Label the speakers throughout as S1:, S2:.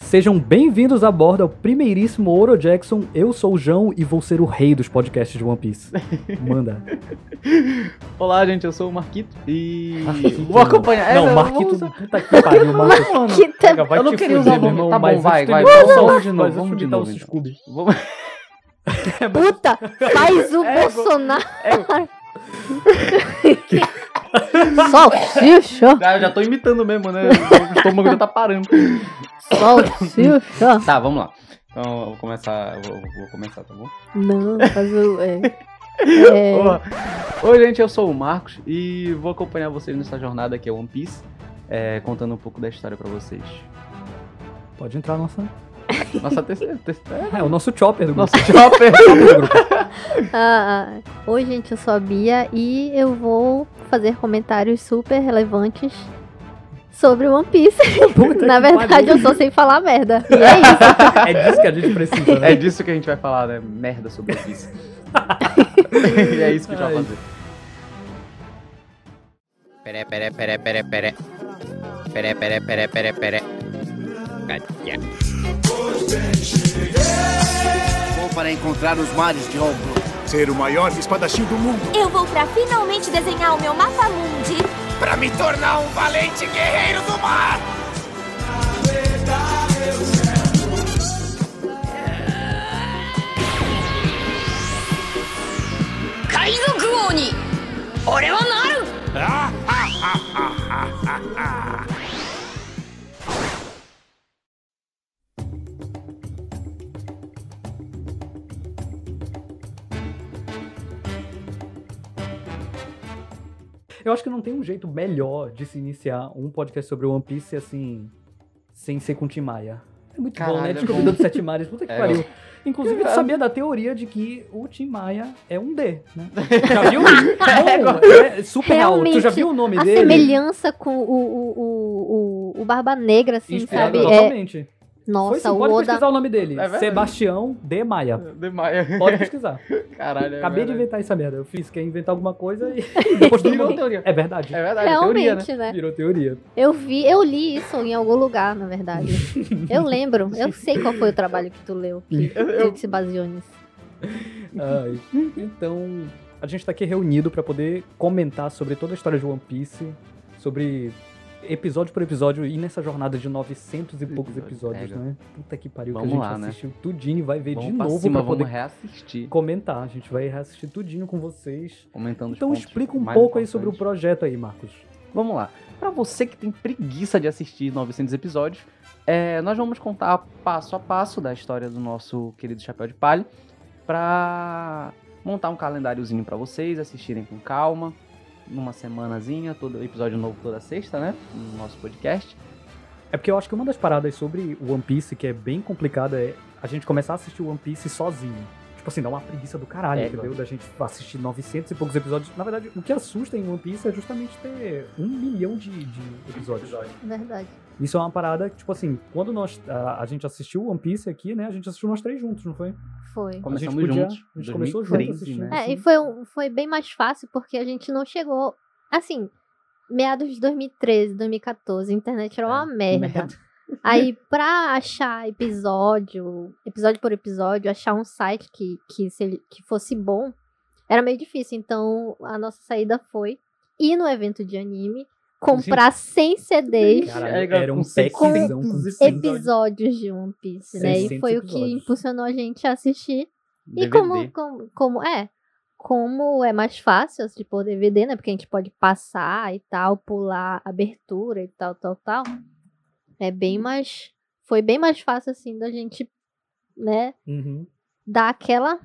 S1: Sejam bem-vindos a bordo ao primeiríssimo Ouro Jackson. Eu sou o João e vou ser o rei dos podcasts de One Piece. Manda.
S2: Olá, gente, eu sou o Marquito e.
S1: Marquito.
S2: Vou acompanhar. É,
S1: Não,
S2: eu
S1: Marquito, puta que pariu, Marquito.
S3: Que tá...
S1: Cara, vai
S2: Eu não
S1: te
S2: queria
S1: fuder,
S2: usar
S1: meu
S2: o nome.
S1: irmão,
S2: Tá bom,
S1: mas
S2: vai,
S1: antes
S2: vai,
S1: tu
S2: vamos
S1: imitar
S2: de
S1: o-
S2: novo,
S1: mas antes
S2: vamos
S1: tu
S2: de
S1: imitar
S2: novo,
S1: o
S2: então.
S1: Scooby.
S2: Vou-
S3: Puta, faz o
S2: É,
S3: Bolsonaro. Salsicha,
S2: Ah, eu já tô imitando mesmo, né? O estômago já tá parando.
S3: salsicha.
S2: Tá, vamos lá. Então eu vou começar. eu Vou, vou começar, tá bom?
S3: Não, faz o. É. É,
S2: Olá. Oi, gente, eu sou o Marcos e vou acompanhar vocês nessa jornada que é One Piece, é, contando um pouco da história pra vocês.
S1: Pode entrar nossa.
S2: Nossa terceira. terceira
S1: É, o nosso chopper do grupo.
S2: nossa, chopper!
S1: Chopper do grupo.
S3: ah, ah. Oi, gente, eu sou a Bia e eu vou fazer comentários super relevantes sobre One Piece.
S1: Puta
S3: Na
S1: que
S3: verdade,
S1: pariu.
S3: eu sou sem falar merda. E é isso.
S1: É disso que a gente precisa, né?
S2: É disso que a gente vai falar, né? Merda sobre One Piece. é isso que a gente vai
S1: Ai.
S2: fazer.
S4: Pere, pere, pere, pere, pere. Pere, pere, pere, pere, pere. Gatinha. Vou para encontrar os mares de ombro.
S5: Ser o maior espadachim do mundo.
S6: Eu vou pra finalmente desenhar o meu mapa mundi.
S5: Para me tornar um valente guerreiro do mar.
S1: Eu acho que não tem um jeito melhor de se iniciar um podcast sobre One Piece assim, sem ser com Tim Maia. É muito bom,
S2: Caralho,
S1: né?
S2: é
S1: Descobrindo
S2: bom.
S1: dos Sete Mares, puta que
S2: É,
S1: pariu. Inclusive, tu
S2: Caralho.
S1: sabia da teoria de que o Tim Maia é um D, né? Já viu? Bom, é super real. Tu já
S3: Realmente,
S1: viu o nome
S3: A
S1: dele?
S3: semelhança com o, o, o, o, o Barba Negra, assim,
S1: Inspirado
S3: sabe? É,
S1: totalmente. Foi
S3: nossa,
S1: sim,
S3: o
S1: pode
S3: Oda.
S1: pesquisar o nome dele.
S2: É verdade.
S1: Sebastião D. Maia.
S2: Demais.
S1: Pode pesquisar.
S2: Caralho, é
S1: Acabei de
S2: verdade.
S1: inventar essa merda. Eu fiz, quer inventar alguma coisa e e depois todo
S2: Virou
S1: mundo...
S2: teoria.
S1: É verdade.
S2: É verdade, é teoria, né?
S3: Realmente, né?
S1: Virou teoria.
S3: Eu vi, eu li isso em algum lugar, na verdade. Eu lembro, eu sei qual foi o trabalho que tu leu, que, que se baseou nisso.
S1: Ai, então, a gente tá aqui reunido pra poder comentar sobre toda a história de One Piece, sobre episódio por episódio e nessa jornada de 900 e poucos episódios,
S2: Pega.
S1: né? Puta que pariu,
S2: Vamos
S1: que a gente
S2: lá, né?
S1: assistiu tudinho e vai ver
S2: Vamos
S1: de
S2: pra
S1: novo
S2: cima,
S1: pra poder
S2: vamos reassistir.
S1: comentar. A gente vai reassistir tudinho com vocês.
S2: Aumentando
S1: Então
S2: os pontos
S1: explica um
S2: mais
S1: pouco aí sobre o
S2: importantes.
S1: projeto aí, Marcos.
S2: Vamos lá. Pra você que tem preguiça de assistir 900 episódios, é, nós vamos contar passo a passo da história do nosso querido Chapéu de Palha pra montar um calendáriozinho pra vocês assistirem com calma, numa semanazinha, todo episódio novo toda sexta, né? No nosso podcast.
S1: É porque eu acho que uma das paradas sobre o One Piece que é bem complicada é a gente começar a assistir o One Piece sozinho. Tipo assim, dá uma preguiça do caralho,
S2: É,
S1: entendeu? Da gente assistir 900 e poucos episódios. Na verdade, o que assusta em One Piece é justamente ter um milhão de, de episódios.
S3: Verdade.
S1: Isso é uma parada que, tipo assim, quando nós, a, a gente assistiu One Piece aqui, né? A gente assistiu nós três juntos, não foi?
S3: Foi.
S2: Começamos
S1: a gente podia-
S2: juntos.
S1: a gente começou junto
S2: 2013,
S1: assistindo.
S2: né?
S3: É, e foi, um- foi bem mais fácil porque a gente não chegou. Assim, meados de 2013, 2014, a internet era uma
S2: É,
S3: merda. Aí, pra achar episódio, episódio por episódio, achar um site que, que, se- que fosse bom, era meio difícil. Então, a nossa saída foi ir no evento de anime, comprar 100 CDs,
S1: Caralho,
S2: Chega
S1: era um
S2: com
S1: packzão com
S2: 600
S1: episódios.
S3: episódios de One Piece, né? E
S1: 600
S3: foi o que
S1: episódios.
S3: impulsionou a gente a assistir. E
S2: DVD.
S3: como, como, como é, como é mais fácil assistir por DVD, né? Porque a gente pode passar e tal, pular abertura e tal, tal, tal. É bem mais. Foi bem mais fácil assim da gente, né,
S1: Uhum.
S3: dar aquela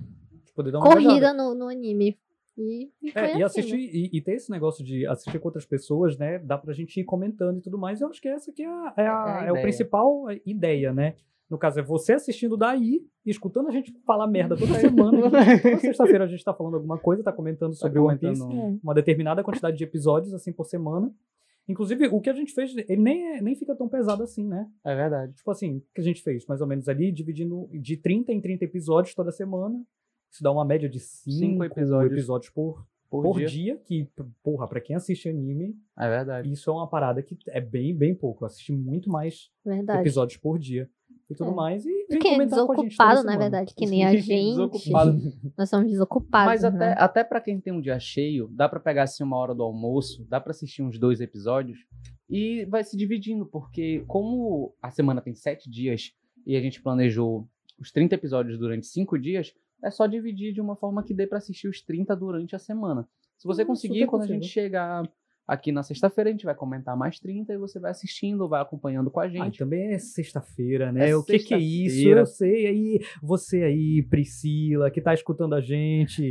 S1: Poder dar uma olhada.
S3: corrida no, no anime. E, e foi
S1: É,
S3: assim.
S1: e
S3: né?
S1: assistir, e, e ter esse negócio de assistir com outras pessoas, né? Dá pra gente ir comentando e tudo mais. Eu acho que essa aqui é, a, é, a,
S2: É a
S1: é o
S2: ideia.
S1: principal ideia, né? No caso, é você assistindo daí e escutando a gente falar merda toda semana. porque toda sexta-feira a gente tá falando alguma coisa, tá comentando sobre o One Piece.
S2: Comentando-
S1: Uma determinada quantidade de episódios, assim, por semana. Inclusive, o que a gente fez, ele nem, é- nem fica tão pesado assim, né?
S2: É verdade.
S1: Tipo assim, o que a gente fez? Mais ou menos ali, dividindo de 30 em 30 episódios toda semana. Isso dá uma média de 5
S2: episódios.
S1: episódios por
S2: Por,
S1: por
S2: dia.
S1: dia. que, p- porra, pra quem assiste anime,
S2: É verdade.
S1: isso é uma parada que é bem, bem pouco. Eu assisti muito mais
S3: Verdade.
S1: episódios por dia. e tudo
S3: É.
S1: mais. E vem
S3: Quem é
S1: comentar com a gente toda
S3: desocupado, na
S1: semana.
S3: verdade, que nem a gente.
S2: Desocupado.
S3: Nós somos desocupados.
S2: Mas até,
S1: uhum.
S3: né?
S2: até para quem tem um dia cheio, dá pra pegar assim uma hora do almoço, dá pra assistir uns dois episódios e vai se dividindo, porque como a semana tem sete dias e a gente planejou os 30 episódios durante cinco dias, é só dividir de uma forma que dê pra assistir os 30 durante a semana. Se você
S1: Hum,
S2: conseguir,
S1: super
S2: quando a
S1: possível.
S2: gente chegar aqui na sexta-feira, a gente vai comentar mais 30 e você vai assistindo, vai acompanhando com a
S1: Ah, e
S2: gente.
S1: também é sexta-feira, né?
S2: É
S1: o que, que é isso?
S2: sexta-feira.
S1: Eu sei. Aí, você aí, Priscila, que tá escutando a gente.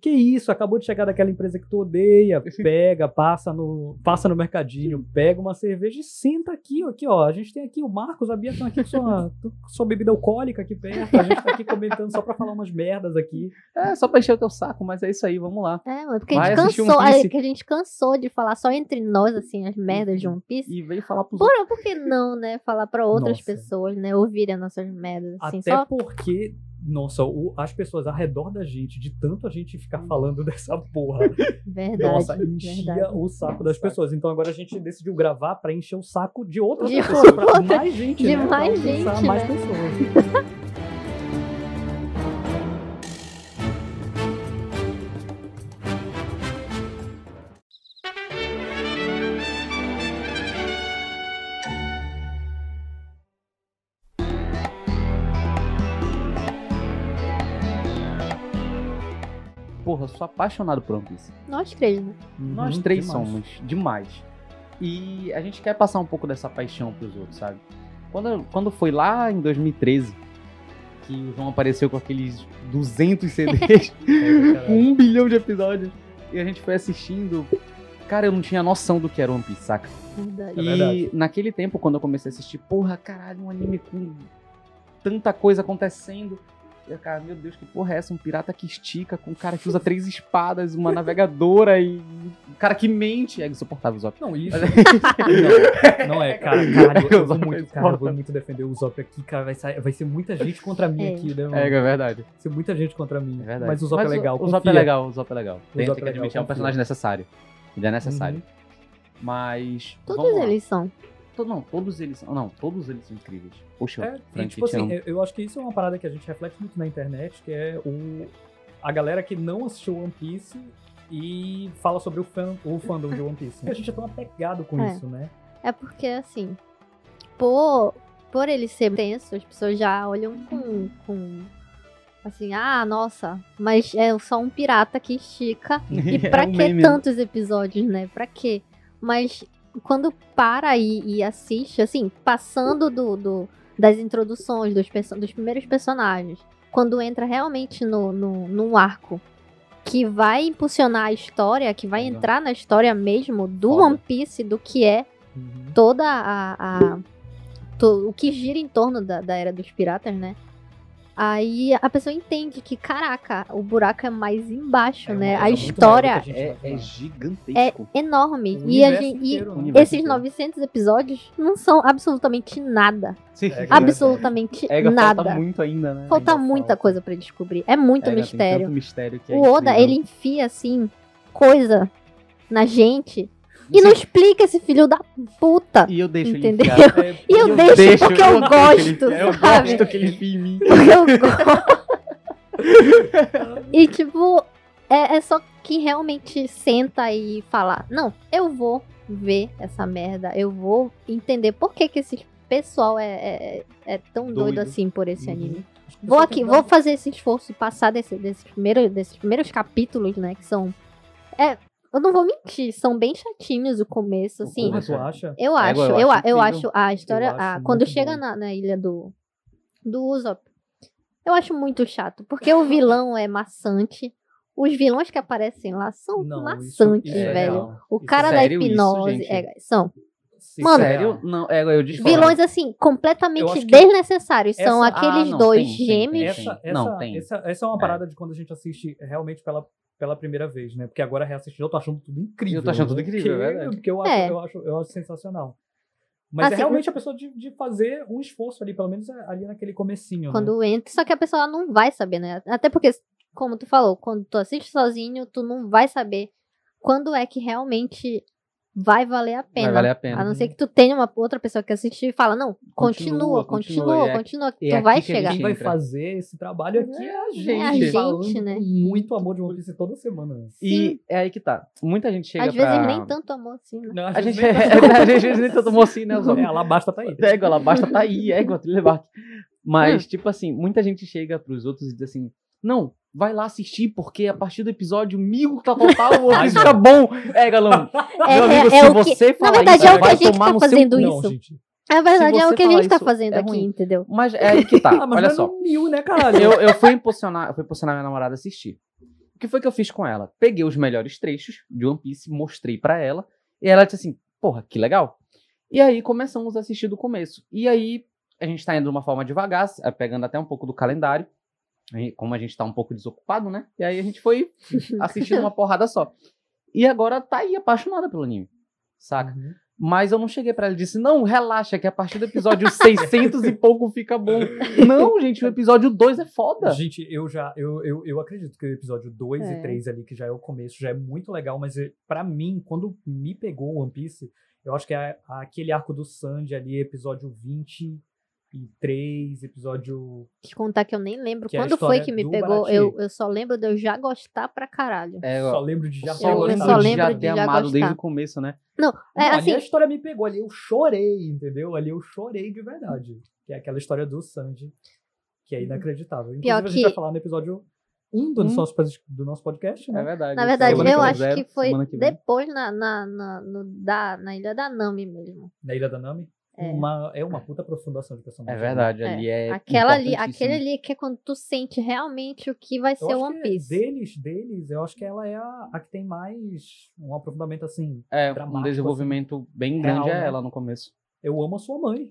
S1: que isso? Acabou de chegar daquela empresa que tu odeia. Pega, passa no, passa no mercadinho, pega uma cerveja e senta aqui, ó, aqui, ó. A gente tem aqui o Marcos, a Bia estão aqui com sua, com sua bebida alcoólica aqui perto. A gente tá aqui comentando só pra falar umas merdas aqui.
S2: É só pra encher o teu saco, mas é isso aí, vamos lá.
S3: É, mano, porque a
S2: Vai
S3: gente
S1: um
S2: assistir One
S3: cansou.
S2: Piece.
S3: é, que a gente cansou de falar só entre nós, assim, as merdas de One Piece.
S2: E veio falar pros
S3: Bora, por que não, né? Falar pra outras
S1: Uhum. Nossa.
S3: pessoas, né? Ouvirem as nossas merdas, assim,
S1: Até
S3: só.
S1: porque, nossa, o- as pessoas ao redor da gente, de tanto a gente
S2: Hum.
S1: ficar falando dessa porra,
S3: Verdade.
S1: nossa, enchia
S3: verdade.
S1: o saco das
S2: Saco.
S1: pessoas. Então agora a gente decidiu gravar pra encher o saco de outras
S3: De
S1: pessoas, pra
S3: outra-
S1: mais gente,
S3: de
S1: né?
S3: mais
S1: pra alcançar
S3: gente,
S1: mais
S3: né?
S1: pessoas.
S2: Porra, eu sou apaixonado por One Piece.
S3: Nós três, né?
S2: Nós
S1: Uhum,
S2: três
S1: demais.
S2: somos demais. E a gente quer passar um pouco dessa paixão pros outros, sabe? Quando, quando foi lá em 2013 que o João apareceu com aqueles 200 CDs, com um bilhão de episódios, e a gente foi assistindo. Cara, eu não tinha noção do que era One Piece, saca?
S3: Verdade.
S1: É
S2: e
S1: verdade.
S2: naquele tempo, quando eu comecei a assistir, porra, caralho, um anime com tanta coisa acontecendo. Eu, cara, meu Deus, que porra é essa? Um pirata que estica, com um cara que usa três espadas, uma navegadora e um cara que mente. É insuportável, Zop.
S1: Não, isso. não, não é, cara. Caralho, eu vou
S2: Exato,
S1: muito, cara, eu vou muito defender o Zop aqui, cara. Vai, sair- vai ser muita gente contra mim
S3: É.
S1: aqui, né? mano?
S2: É, é verdade.
S1: Vai ser muita gente contra mim.
S2: É verdade.
S1: Mas o Zop é legal.
S2: O Zop é
S1: confia.
S2: legal, o Zop é legal. Tem,
S1: Zop é
S2: tem que
S1: legal,
S2: admitir, é um
S1: confia. Uhum.
S2: personagem necessário. Ele é necessário. Mas.
S3: Todos
S2: vamos lá.
S3: eles são.
S2: To- Não, todos eles são. Não, todos eles são incríveis. Poxa,
S1: É, e,
S2: Frank,
S1: tipo
S2: te
S1: assim,
S2: amo.
S1: eu- eu acho que isso é uma parada que a gente reflete muito na internet, que é o a galera que não assistiu One Piece e fala sobre o, fan, o fandom de One Piece. A gente é tão apegado com
S3: É.
S1: isso, né?
S3: É porque, assim, por, por ele ser tenso, as pessoas já olham com, com. Assim, ah, nossa, mas é só um pirata que estica. E pra
S2: É um
S3: que
S2: meme, né?
S3: tantos episódios, né? Pra que? Mas quando para e, e assiste, assim, passando do, do- das introduções, dos, perso- dos primeiros personagens, quando entra realmente no, no, num arco que vai impulsionar a história, que vai
S2: Legal.
S3: entrar na história mesmo do
S2: Foda.
S3: One Piece, do que é
S1: Uhum.
S3: toda a. a- to- o que gira em torno da, da era dos piratas, né? Aí a pessoa entende que, caraca, o buraco é mais embaixo,
S1: É uma
S3: né?
S1: coisa
S3: A
S1: muito maior
S3: história
S1: do que a gente
S2: É,
S1: imaginava.
S2: é
S3: é
S2: gigantesco.
S3: enorme.
S1: O
S3: E, a
S1: universo
S3: gente- e
S1: inteiro, né?
S2: Universo
S3: esses
S1: inteiro.
S3: 900 episódios não são absolutamente nada.
S2: Sim.
S1: É, cara.
S3: absolutamente
S2: É,
S3: nada.
S2: falta
S3: Falta,
S2: muito ainda, né? Ainda
S3: muita coisa pra descobrir. É
S2: É,
S3: muito
S2: ainda tem
S3: mistério.
S2: tanto mistério que é
S3: O Oda,
S2: incrível.
S3: ele enfia, assim, coisa na gente e não explica esse filho da puta.
S2: E eu deixo
S3: Entendeu?
S2: ele enfiar.
S1: É,
S3: E eu, deixo, porque eu,
S2: deixo
S3: gosto,
S2: ele- Eu
S3: sabe?
S2: gosto que ele enfie em mim.
S3: Porque eu gosto. e, tipo, é, é só quem realmente senta e fala: Não, eu vou ver essa merda, eu vou entender por que, que esse pessoal é, é- é tão doido.
S2: Doido.
S3: assim por esse anime.
S1: acho que é
S3: Vou
S1: você
S3: aqui,
S1: tem
S3: vou
S1: que
S3: fazer esse esforço e passar desse, desse primeiro, desses primeiros capítulos, né? Que são. É, eu não vou mentir, são bem chatinhos o começo,
S2: O
S1: dar-
S3: assim.
S1: Porra, é tu acha?
S3: Eu
S2: Égua,
S3: acho,
S2: eu
S3: eu,
S2: acho
S3: a- eu
S2: incrível.
S3: acho a história.
S1: acho
S3: a-
S1: muito
S3: quando chega
S1: bom.
S3: na, na ilha do, do Usopp, eu acho muito chato, porque o vilão é maçante. Os vilões que aparecem lá são
S1: Não, isso-
S3: maçantes,
S1: isso é
S3: velho.
S1: real.
S3: o
S1: Isso é
S3: cara da
S2: sério isso,
S3: hipnose.
S2: gente?
S3: é, são
S1: Sim,
S3: Mano,
S2: Sério? Não, é, eu discordo.
S3: vilões, assim,
S1: Eu
S3: completamente
S1: acho que
S3: desnecessários. São
S1: essa-
S3: aqueles
S2: Ah, não,
S3: dois
S2: tem, tem, tem.
S3: gêmeos.
S1: Essa, essa,
S2: Não, tem.
S1: Essa, essa é uma parada de quando a gente assiste realmente pela, pela primeira vez, né? Porque agora reassistindo eu tô achando tudo incrível.
S2: Eu tô achando tudo
S1: né?
S2: incrível,
S1: Porque-
S2: é verdade.
S1: Porque eu acho,
S3: É.
S1: eu acho, eu acho sensacional. Mas é
S3: Assim,
S1: realmente a pessoa de, de fazer um esforço ali, pelo menos ali naquele comecinho,
S2: Uhum.
S1: né?
S3: Quando entra. Só que a pessoa ela não vai saber, né? Até porque, como tu falou, quando tu assiste sozinho, tu não vai saber quando é que realmente vai valer a pena.
S2: Vai valer a
S3: A
S2: pena. né?
S3: não ser que tu tenha uma outra pessoa que assistir e fala, não,
S2: Continua,
S3: continua,
S2: continua,
S3: continua,
S2: é-
S3: continua, que
S1: é
S3: tu
S1: aqui
S3: vai
S2: que a gente
S3: chegar.
S1: Quem vai
S2: entra.
S1: fazer esse trabalho aqui é a gente.
S3: É a gente,
S1: falando
S3: né?
S1: com muito amor de One Piece toda semana. né?
S3: Sim.
S2: E é aí que tá. Muita gente chega
S3: assim- Às vezes
S2: pra-
S3: nem tanto amor assim, né?
S1: Não,
S2: A gente,
S1: nem- tá
S2: às vezes nem tanto mocinho, né, Zó?
S1: É, a Labasta tá aí.
S2: É igual, a basta tá aí, é igual a Thriller Bark.
S3: Hum.
S2: Mas, tipo assim, muita gente chega pros outros e diz assim, não, vai lá assistir, porque a partir do episódio mil tá total, o
S1: Ai,
S2: One Piece fica bom. É, galão,
S3: É,
S2: meu
S3: é-
S2: amigo,
S3: é
S2: se
S3: o que-
S2: você falar
S3: verdade,
S2: isso,
S3: é o que
S2: vai
S3: a gente
S2: tomar
S3: tá
S2: no seu
S3: fazendo
S2: cu.
S1: Não,
S3: isso.
S1: gente.
S3: A verdade é
S2: você
S3: o que a gente
S2: falar
S3: tá
S2: isso,
S3: fazendo
S2: é
S3: aqui,
S2: ruim.
S3: entendeu?
S2: Mas é aí que tá,
S1: Ah, mas
S2: olha
S1: não é
S2: só.
S1: no mil, né, caralho?
S2: Eu, eu fui impulsionar, eu fui impulsionar minha namorada a assistir. O que foi que eu fiz com ela? Peguei os melhores trechos de One Piece, mostrei pra ela, e ela disse assim: "Porra, que legal". E aí começamos a assistir do começo. E aí a gente tá indo de uma forma devagar, eh, pegando até um pouco do calendário, e como a gente tá um pouco desocupado, né? E aí a gente foi assistindo uma porrada só. E agora tá aí apaixonada pelo anime. Saca?
S1: Uhum.
S2: Mas eu não cheguei pra ela e disse, não, relaxa, que a partir do episódio 600 e pouco fica bom. Não, gente, o episódio 2 é foda.
S1: Gente, eu já, eu, eu, eu acredito que o episódio 2
S3: É.
S1: e 3 ali, que já é o começo, já é muito legal, mas eh, pra mim, quando me pegou o One Piece, eu acho que é a- aquele arco do Sanji ali, episódio 23, episódio...
S3: Te contar que eu nem lembro
S1: Que é a
S3: quando foi
S1: história
S3: que me
S1: do
S3: pegou.
S1: Baratie.
S3: Eu, eu só lembro de eu já gostar pra caralho.
S2: É,
S1: só lembro de já
S3: só
S1: ter
S3: eu
S1: gostado.
S3: só
S2: de
S3: lembro
S2: já
S3: de
S2: ter
S3: já
S2: amado desde
S3: gostar.
S2: o começo, né?
S3: Não,
S1: Não,
S3: é assim,
S1: Ali a história me pegou, ali eu chorei, entendeu? Ali eu chorei de verdade. Que é aquela história do Sanji, que é inacreditável. Inclusive,
S3: Uhum. Pior
S1: a gente vai
S3: que- Uhum.
S1: falar no episódio 1 do,
S2: Hum.
S1: nosso, do nosso podcast,
S2: É
S1: né?
S2: verdade.
S3: na verdade,
S2: Semana
S3: eu
S2: vem
S3: acho
S2: zero,
S3: que foi
S2: semana que vem.
S3: depois na, na, na, no- da, na Ilha da Nami mesmo.
S1: Na Ilha da Nami.
S3: É.
S1: Uma, é uma puta aprofundação de personagem.
S2: É verdade, ali é.
S3: Aquela ali, aquele
S2: importantíssimo.
S3: ali que é quando tu sente realmente o que vai
S1: Eu
S3: ser
S1: acho
S3: é One
S2: é
S1: que
S3: Piece. Hum.
S1: Deles, deles, eu acho que ela é a, a que tem mais um aprofundamento assim.
S2: É,
S1: dramático,
S2: um desenvolvimento bem
S1: real,
S2: grande
S1: né?
S2: é ela no começo.
S1: Eu amo a sua mãe.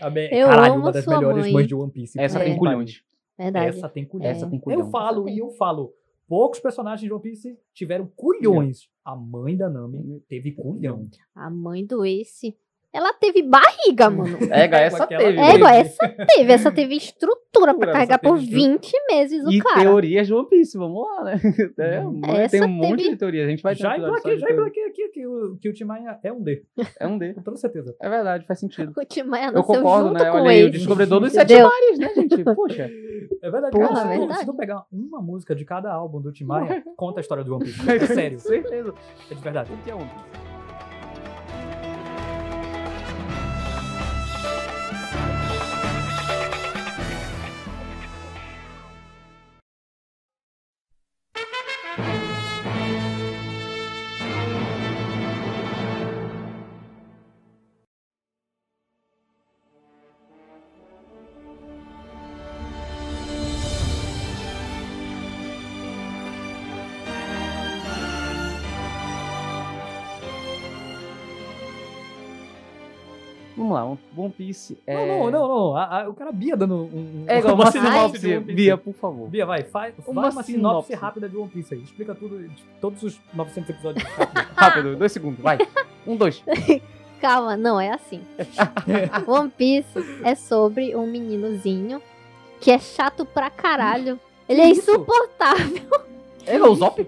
S1: A me-
S3: Eu
S1: Caralho,
S3: amo
S1: uma das
S3: sua
S1: melhores
S3: mãe.
S1: mães de One Piece.
S2: Essa
S1: puta
S2: tem
S3: É.
S1: que
S2: culhões.
S1: pariu.
S3: Verdade.
S1: Essa tem culhão.
S2: Essa tem
S1: Eu
S2: culhão.
S1: falo, e eu falo, poucos personagens de One Piece tiveram culhões. A mãe da
S2: Hum.
S1: Nami teve culhão.
S3: A mãe do Ace, ela teve barriga, mano.
S2: É, Ega, essa
S1: Tipo, Aquela-
S2: teve.
S3: É igual, essa teve, essa teve estrutura pra
S1: Essa
S3: carregar
S1: teve
S3: por
S1: estrutura.
S3: 20 meses o
S2: E
S3: cara.
S2: teorias de One Piece, vamos lá, né? É, um monte-
S3: Essa
S2: tem um monte
S3: teve-
S2: de teorias. A gente vai ter um
S1: já
S2: episódio só
S1: emplaquei,
S2: de
S1: já
S2: teoria.
S1: emplaquei aqui que o, que o Tim Maia é um D,
S2: É um D.
S1: com toda certeza.
S2: É verdade, faz sentido.
S3: O Timaya
S2: Eu
S3: nasceu
S2: concordo,
S3: junto
S2: né?
S3: com
S2: Olha aí, o
S3: ele.
S2: descobridor dos sete
S3: Entendeu?
S2: mares, né, gente? Poxa.
S1: É verdade,
S3: Porra,
S1: cara. se tu-
S3: verdade.
S1: Se tu pegar uma música de cada álbum do Tim Maia, conta a história do One Piece. É sério,
S2: Certeza.
S1: é de verdade.
S2: O que é One Piece? Vamos lá, One- One Piece é...
S1: Não, não, não, não. A- a- o cara Bia dando um. um
S2: É igual uma sinopse,
S1: de One Piece.
S2: Bia, por favor.
S1: Bia, vai, faz faz
S2: Uma
S1: uma, sinopse,
S2: sinopse.
S1: rápida de One Piece aí. Explica tudo, de todos os 900 episódios.
S2: Rápido, dois segundos, vai. Um, dois.
S3: Calma, não é assim. One Piece é sobre um meninozinho que é chato pra caralho. Ele é
S1: Isso?
S3: insuportável.
S2: É igual o Zop?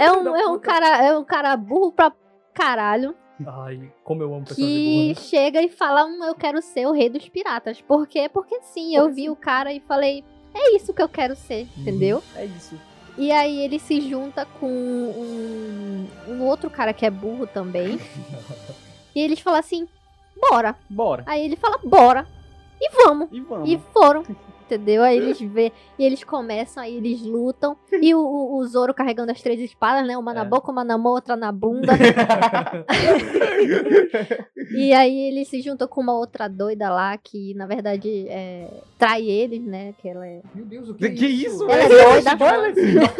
S3: É um, é um cara, é um cara burro pra caralho
S1: Ai, como eu amo
S3: que
S1: personagem burro, né?
S3: chega e fala: "Hum, eu quero ser o rei dos piratas". Por quê? Porque sim, eu vi o cara e falei: "É isso que eu quero ser", entendeu?
S2: É isso.
S3: E aí ele se junta com um, um outro cara que é burro também. e eles falam assim, bora.
S2: Bora.
S3: Aí ele fala, bora. E vamos.
S2: E vamos.
S1: Uhum.
S3: E foram. Entendeu? Aí
S1: É.
S3: eles vê, e eles começam, aí eles lutam. E o, o, o Zoro carregando as três espadas, né? Uma na
S2: É.
S3: boca, uma na mão, outra na bunda. e aí ele se junta com uma outra doida lá que, na verdade, é, trai eles, né? Que ela é
S1: né? Meu Deus, o que,
S2: Que, que isso?
S3: Ela é
S2: velho?
S3: doida.
S2: Spoiler?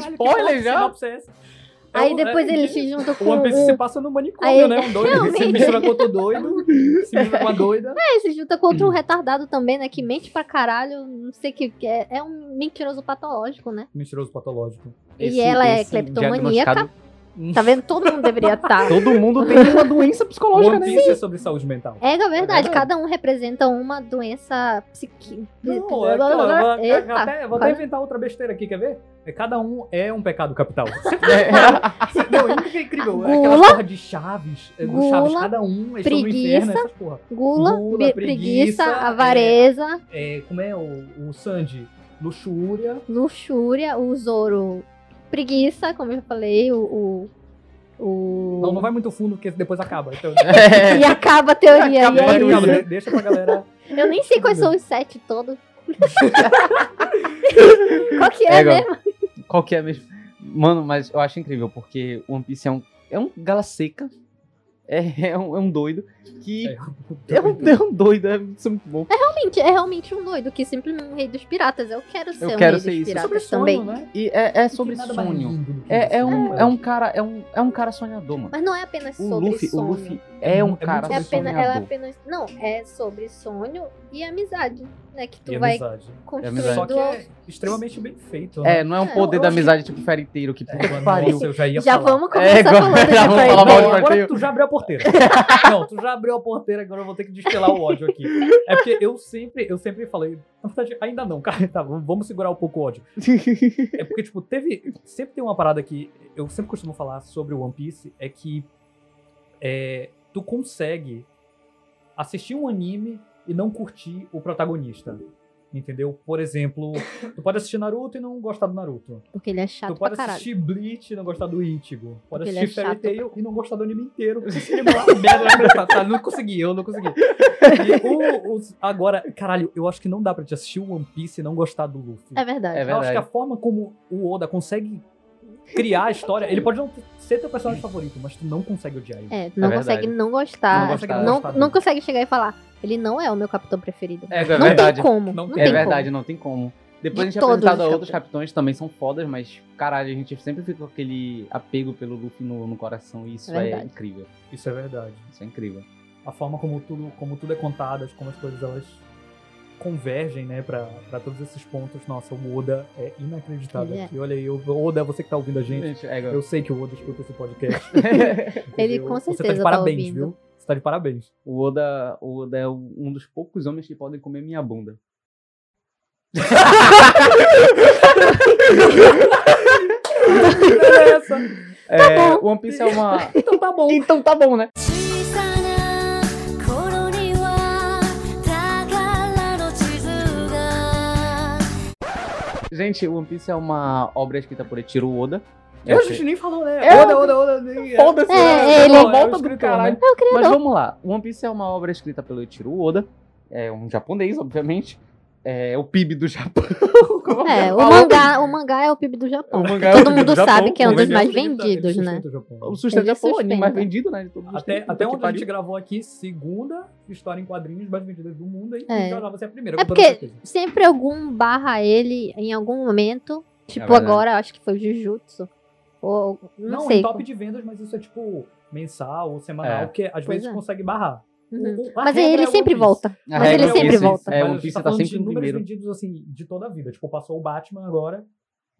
S1: Caralho,
S2: Spoiler
S1: que
S2: já?
S1: sinopse é essa? É
S3: Aí
S1: um-
S3: depois
S1: é-
S3: eles se juntam com
S1: O One Piece
S3: um-
S1: se passa no manicômio,
S3: Aí-
S1: né? Um doido.
S3: Realmente.
S1: Se mistura com outro doido, se mistura com a doida.
S3: É, se junta com
S1: Hum.
S3: outro retardado também, né? Que mente pra caralho, não sei o que que é. É um mentiroso patológico, né?
S1: Mentiroso patológico.
S3: E ela é
S2: esse
S3: cleptomaníaca.
S2: diagnosticado
S3: Tá vendo? Todo mundo deveria tá estar.
S2: Todo mundo tem uma doença psicológica,
S1: One
S2: né?
S1: Piece é sobre saúde mental.
S3: É, é verdade,
S1: verdade.
S3: cada um representa uma doença psiqui...
S1: Não,
S2: né?
S1: é, aquela- eu
S3: Eita,
S1: até, vou até
S3: quase-
S1: inventar outra besteira aqui, quer ver? É, Cada um é um pecado capital.
S2: É.
S1: Não, é incrível.
S3: Gula.
S1: Aquela porra de chaves. é, do chaves,
S3: Gula.
S1: cada um. Eles estão no
S3: Preguiça.
S1: inferno, essas porra.
S3: Gula,
S1: Gula,
S3: be-
S1: preguiça,
S3: preguiça, avareza,
S1: É, como é o, o Sandy? Luxúria.
S3: luxúria, o Zoro, preguiça, como eu já falei, o... o, o-
S1: Não, não vai muito fundo, porque depois acaba. Então,
S2: É.
S3: E acaba a teoria,
S2: Acaba
S3: e
S2: a
S3: é
S2: teoria.
S1: Calma,
S3: isso.
S1: de- deixa pra galera.
S3: Eu nem sei quais são os sete todos. Qual que é,
S2: É, igual.
S3: mesmo?
S2: Qual que é mesmo? Mano, mas eu acho incrível, porque One Piece é um, é um gala seca. É, é um, é um doido que.
S1: É.
S2: É. um, é um doido, é isso é muito bom.
S3: Gente, é realmente um doido que simplesmente é um rei dos piratas. Eu quero ser um
S2: quero
S3: rei
S2: ser
S3: dos
S2: isso.
S3: piratas
S1: Sobre sonho,
S3: também.
S1: né?
S2: E é, é
S1: Não
S2: sobre
S1: tem nada mais
S2: sonho.
S1: lindo do que
S2: É, é,
S1: isso,
S2: um,
S1: né?
S2: é um cara, é um, é um cara sonhador, mano.
S3: Mas não é apenas
S2: O
S3: sobre
S2: Luffy, o
S3: sonho.
S2: Luffy é
S1: É
S2: um
S1: muito
S2: cara
S3: É
S1: sobre
S3: apenas, ela é
S2: sonhador.
S3: apenas. Não, é sobre sonho e amizade, né? Que tu
S1: E
S3: vai
S1: amizade. Só
S3: construindo.
S1: que é extremamente bem feito. né?
S2: É, não é um
S3: É,
S2: poder
S3: eu
S2: da
S3: acho-
S2: amizade tipo feriteiro, que puta que pariu.
S1: É, Nossa, eu já ia
S3: Já
S1: falar.
S3: vamos começar
S2: agora-
S3: falando de
S2: já vamos falar
S3: Fairy Tail.
S1: Não,
S2: mal de-
S1: agora
S2: Cortei.
S1: que tu já abriu a porteira. Não, tu já abriu a porteira, agora eu vou ter que destilar o ódio aqui. É porque eu sempre, eu sempre falei. Na verdade, ainda não, cara. Tá, vamos segurar um pouco o ódio. É porque, tipo, teve. Sempre tem uma parada que eu sempre costumo falar sobre o One Piece, é que é, tu consegue assistir um anime e não curtir o protagonista. Entendeu? Por exemplo, tu pode assistir Naruto e não gostar do Naruto.
S3: Porque ele é chato
S1: Tu pode
S3: pra caralho.
S1: assistir Bleach e não gostar do Ichigo. Pode
S3: Porque ele
S1: assistir
S3: é
S1: Fairy
S3: chato
S1: Tail e não gostar do anime inteiro. Porque seria uma merda pra pensar, tá? Não consegui, eu não consegui. E o- os- agora, caralho, eu acho que não dá pra te assistir o One Piece e não gostar do Luffy.
S3: É verdade.
S2: É
S1: eu acho
S2: verdade.
S1: que a forma como o Oda consegue criar a história. Ele pode não ser teu personagem favorito, mas tu não consegue odiar ele.
S3: É, não
S2: É
S3: consegue
S2: verdade.
S3: não gostar.
S1: Não
S3: Não,
S1: consegue
S2: não
S1: gostar.
S3: não consegue chegar e falar. Ele não é o meu capitão preferido.
S2: É, é
S3: não
S2: verdade.
S3: tem como.
S1: Não
S3: Não,
S1: tem.
S2: É
S3: tem
S2: verdade, não tem como. Depois
S3: De
S2: a gente é
S3: todos
S2: apresentado a
S3: os
S2: outros capitões também são fodas, mas caralho, a gente sempre fica com aquele apego pelo Luffy no, no coração e isso é,
S3: Verdade.
S2: incrível.
S1: Isso é verdade.
S2: Isso é incrível.
S1: A forma como tudo, como tudo é contado, como as coisas elas convergem, né, pra, pra todos esses pontos. Nossa, o Oda é inacreditável
S3: Ele é.
S1: aqui. Olha aí, o- Oda, você que tá ouvindo a gente.
S2: Gente, é,
S1: Eu sei que o Oda escuta esse podcast.
S3: como. Ele
S1: entendeu?
S3: com certeza
S1: Você tá de
S3: tá
S1: parabéns,
S3: ouvindo.
S1: viu? Você tá de parabéns.
S2: o, Oda, o Oda é um dos poucos homens que podem comer minha bunda.
S1: É essa.
S2: É, One Piece é uma.
S1: Então tá bom.
S2: então tá bom, né?
S6: 小さな頃には宝の地図が
S2: Gente, One Piece é uma obra escrita por Eiichiro Oda.
S1: Eu, a gente nem falou, né?
S2: É,
S1: Oda, Oda, Oda. nem-
S2: Foda-se,
S3: É,
S2: né?
S3: ele-
S2: Deu
S1: É
S2: uma
S1: o
S2: volta do
S1: escritor,
S2: caralho.
S1: né?
S2: Mas
S3: um-
S2: vamos lá. One Piece é uma obra escrita pelo Eiichiro Oda. É um japonês, obviamente. É o PIB do Japão. como
S3: É,
S2: já
S3: o
S2: falou.
S3: mangá, o mangá é o PIB do Japão.
S2: um O mangá é o
S3: Todo
S2: PIB
S3: mundo
S2: do Japão,
S3: sabe que é um
S2: ele
S3: dos
S1: Ele
S3: mais
S1: sustenta-
S3: vendidos,
S1: ele
S3: né?
S1: sustenta o Japão.
S2: O sustento
S3: Ele
S2: é pô, o anime
S3: sustenta.
S2: mais vendido, né? de todos os
S1: um Até,
S2: tempos,
S1: até
S2: puta que
S1: onde a gente
S2: pariu.
S1: gravou aqui, segunda história em quadrinhos mais vendidas do mundo. E
S3: É.
S1: já já você é a primeira,
S3: É
S1: com toda
S3: porque-
S1: certeza.
S3: Sempre algum barra ele em algum momento. Tipo
S2: verdade.
S3: agora, acho que foi o Jujutsu. Ou, não,
S1: Não,
S3: sei.
S1: em top de vendas, mas isso é tipo mensal ou semanal,
S2: É.
S1: porque às
S3: Pois
S1: vezes
S3: é.
S1: consegue barrar.
S3: Uhum.
S1: O- o- a
S3: Mas
S1: regra
S3: ele
S1: é o
S3: sempre
S1: One Piece.
S3: volta.
S2: A
S3: Mas
S2: regra
S3: ele
S2: é
S3: sempre
S2: esse,
S3: volta.
S2: É,
S1: Mas
S2: One
S1: a gente
S2: Piece
S1: tá
S2: tá
S1: falando
S2: sempre
S1: de
S2: no
S1: números
S2: primeiro.
S1: vendidos, assim, de toda a vida. Tipo, passou o Batman agora,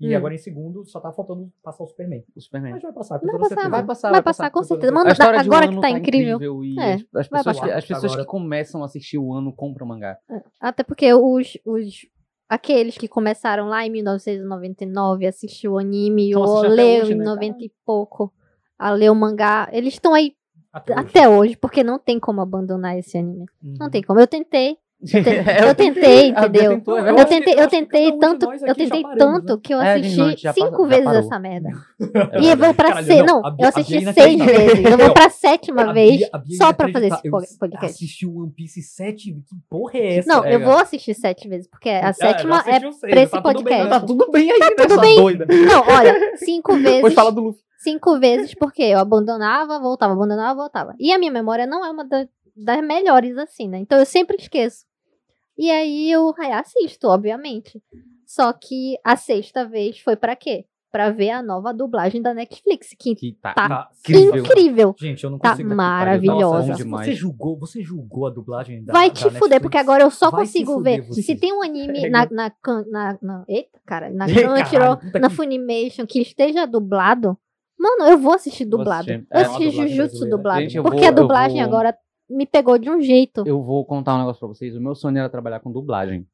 S1: e
S3: Hum.
S1: agora em segundo só tá faltando passar o Superman.
S2: O Superman.
S1: Mas vai passar, com
S3: Vai
S1: toda
S3: passar,
S1: certeza.
S2: Vai passar,
S3: Vai passar com
S1: com toda
S3: certeza.
S1: certeza.
S2: A
S3: Mano,
S2: história de
S3: agora
S2: Wano
S3: que tá incrível.
S2: e
S3: É,
S2: as- as,
S3: vai
S2: pessoas,
S1: passar.
S2: que, as pessoas
S1: Agora-
S2: que começam a assistir o ano compram o mangá.
S3: Até porque os, os aqueles que começaram lá em 1999, assistiu o anime,
S1: Então,
S3: ou
S2: tá
S1: assiste até
S3: leu
S1: hoje,
S3: em
S1: né,
S3: 90 e pouco, a ler o mangá, eles estão aí
S1: Até hoje.
S3: até hoje, porque não tem como abandonar esse anime.
S1: Uhum.
S3: Não tem como. Eu tentei,
S2: É,
S3: eu tentei,
S2: a Bia
S3: entendeu?
S2: tentou, é
S1: Eu
S3: Eu,
S2: verdade.
S1: acho que-
S3: tentei,
S1: eu
S3: eu
S1: acho que
S3: tentei
S1: cada um de
S3: tanto,
S1: nós aqui
S3: eu
S1: já
S3: tentei
S1: paramos,
S3: tanto que eu
S2: É, a gente
S3: assisti
S2: não, a gente já
S3: cinco
S2: parou, já
S3: vezes
S2: parou.
S3: essa merda.
S1: É
S3: e eu vou
S1: verdade.
S3: pra
S1: Caralho,
S3: ser, não,
S1: a Bia- a
S3: eu
S1: Bia é
S3: assisti seis
S1: inacreditável.
S3: vezes. Eu vou pra sétima
S1: A
S3: vez
S1: Bia- a Bia
S3: só
S1: ia
S3: pra fazer esse
S1: acreditar.
S3: po-
S1: Eu
S3: podcast.
S1: assisti o One Piece sete, que porra é essa?
S3: Não,
S2: É,
S3: eu
S2: cara.
S3: vou assistir sete vezes, porque a sétima é pra esse podcast.
S2: Tá tudo bem aí, né?
S3: tudo
S2: sua
S3: bem.
S2: doida.
S3: Não, olha, cinco vezes.
S2: Depois fala do Luffy.
S3: Cinco vezes, porque eu abandonava, voltava, abandonava, voltava. E a minha memória não é uma da- das melhores, assim, né? Então eu sempre esqueço. E aí eu assisto, obviamente. Só que a sexta vez foi pra quê? Pra ver a nova dublagem da Netflix, que
S2: Que tá.
S3: Tá
S2: Incrível.
S3: incrível.
S1: Gente, eu não
S3: Tá
S1: consigo.
S3: maravilhosa.
S1: Nossa,
S2: Demais.
S1: você julgou, você julgou a dublagem da
S3: Vai
S1: da
S3: te fuder,
S1: Netflix?
S3: porque agora eu só
S1: Vai se
S3: consigo
S1: fuder,
S3: ver.
S1: você.
S3: Se tem um anime
S2: É,
S3: na, na, can- na, na- Eita, cara, na
S1: Ei, caralho,
S3: Crunchyroll,
S1: puta
S3: na
S1: que-
S3: Funimation que esteja dublado, Mano, eu vou assistir
S2: Vou
S3: dublado.
S2: assistir.
S3: Eu
S2: É,
S3: assisti
S1: uma dublagem
S3: Jujutsu
S1: brasileira.
S3: dublado.
S2: Gente, eu
S3: porque
S2: vou-
S3: a
S2: eu
S3: dublagem
S2: vou-
S3: agora me pegou de um jeito.
S2: Eu vou contar um negócio pra vocês. O meu sonho era trabalhar com dublagem.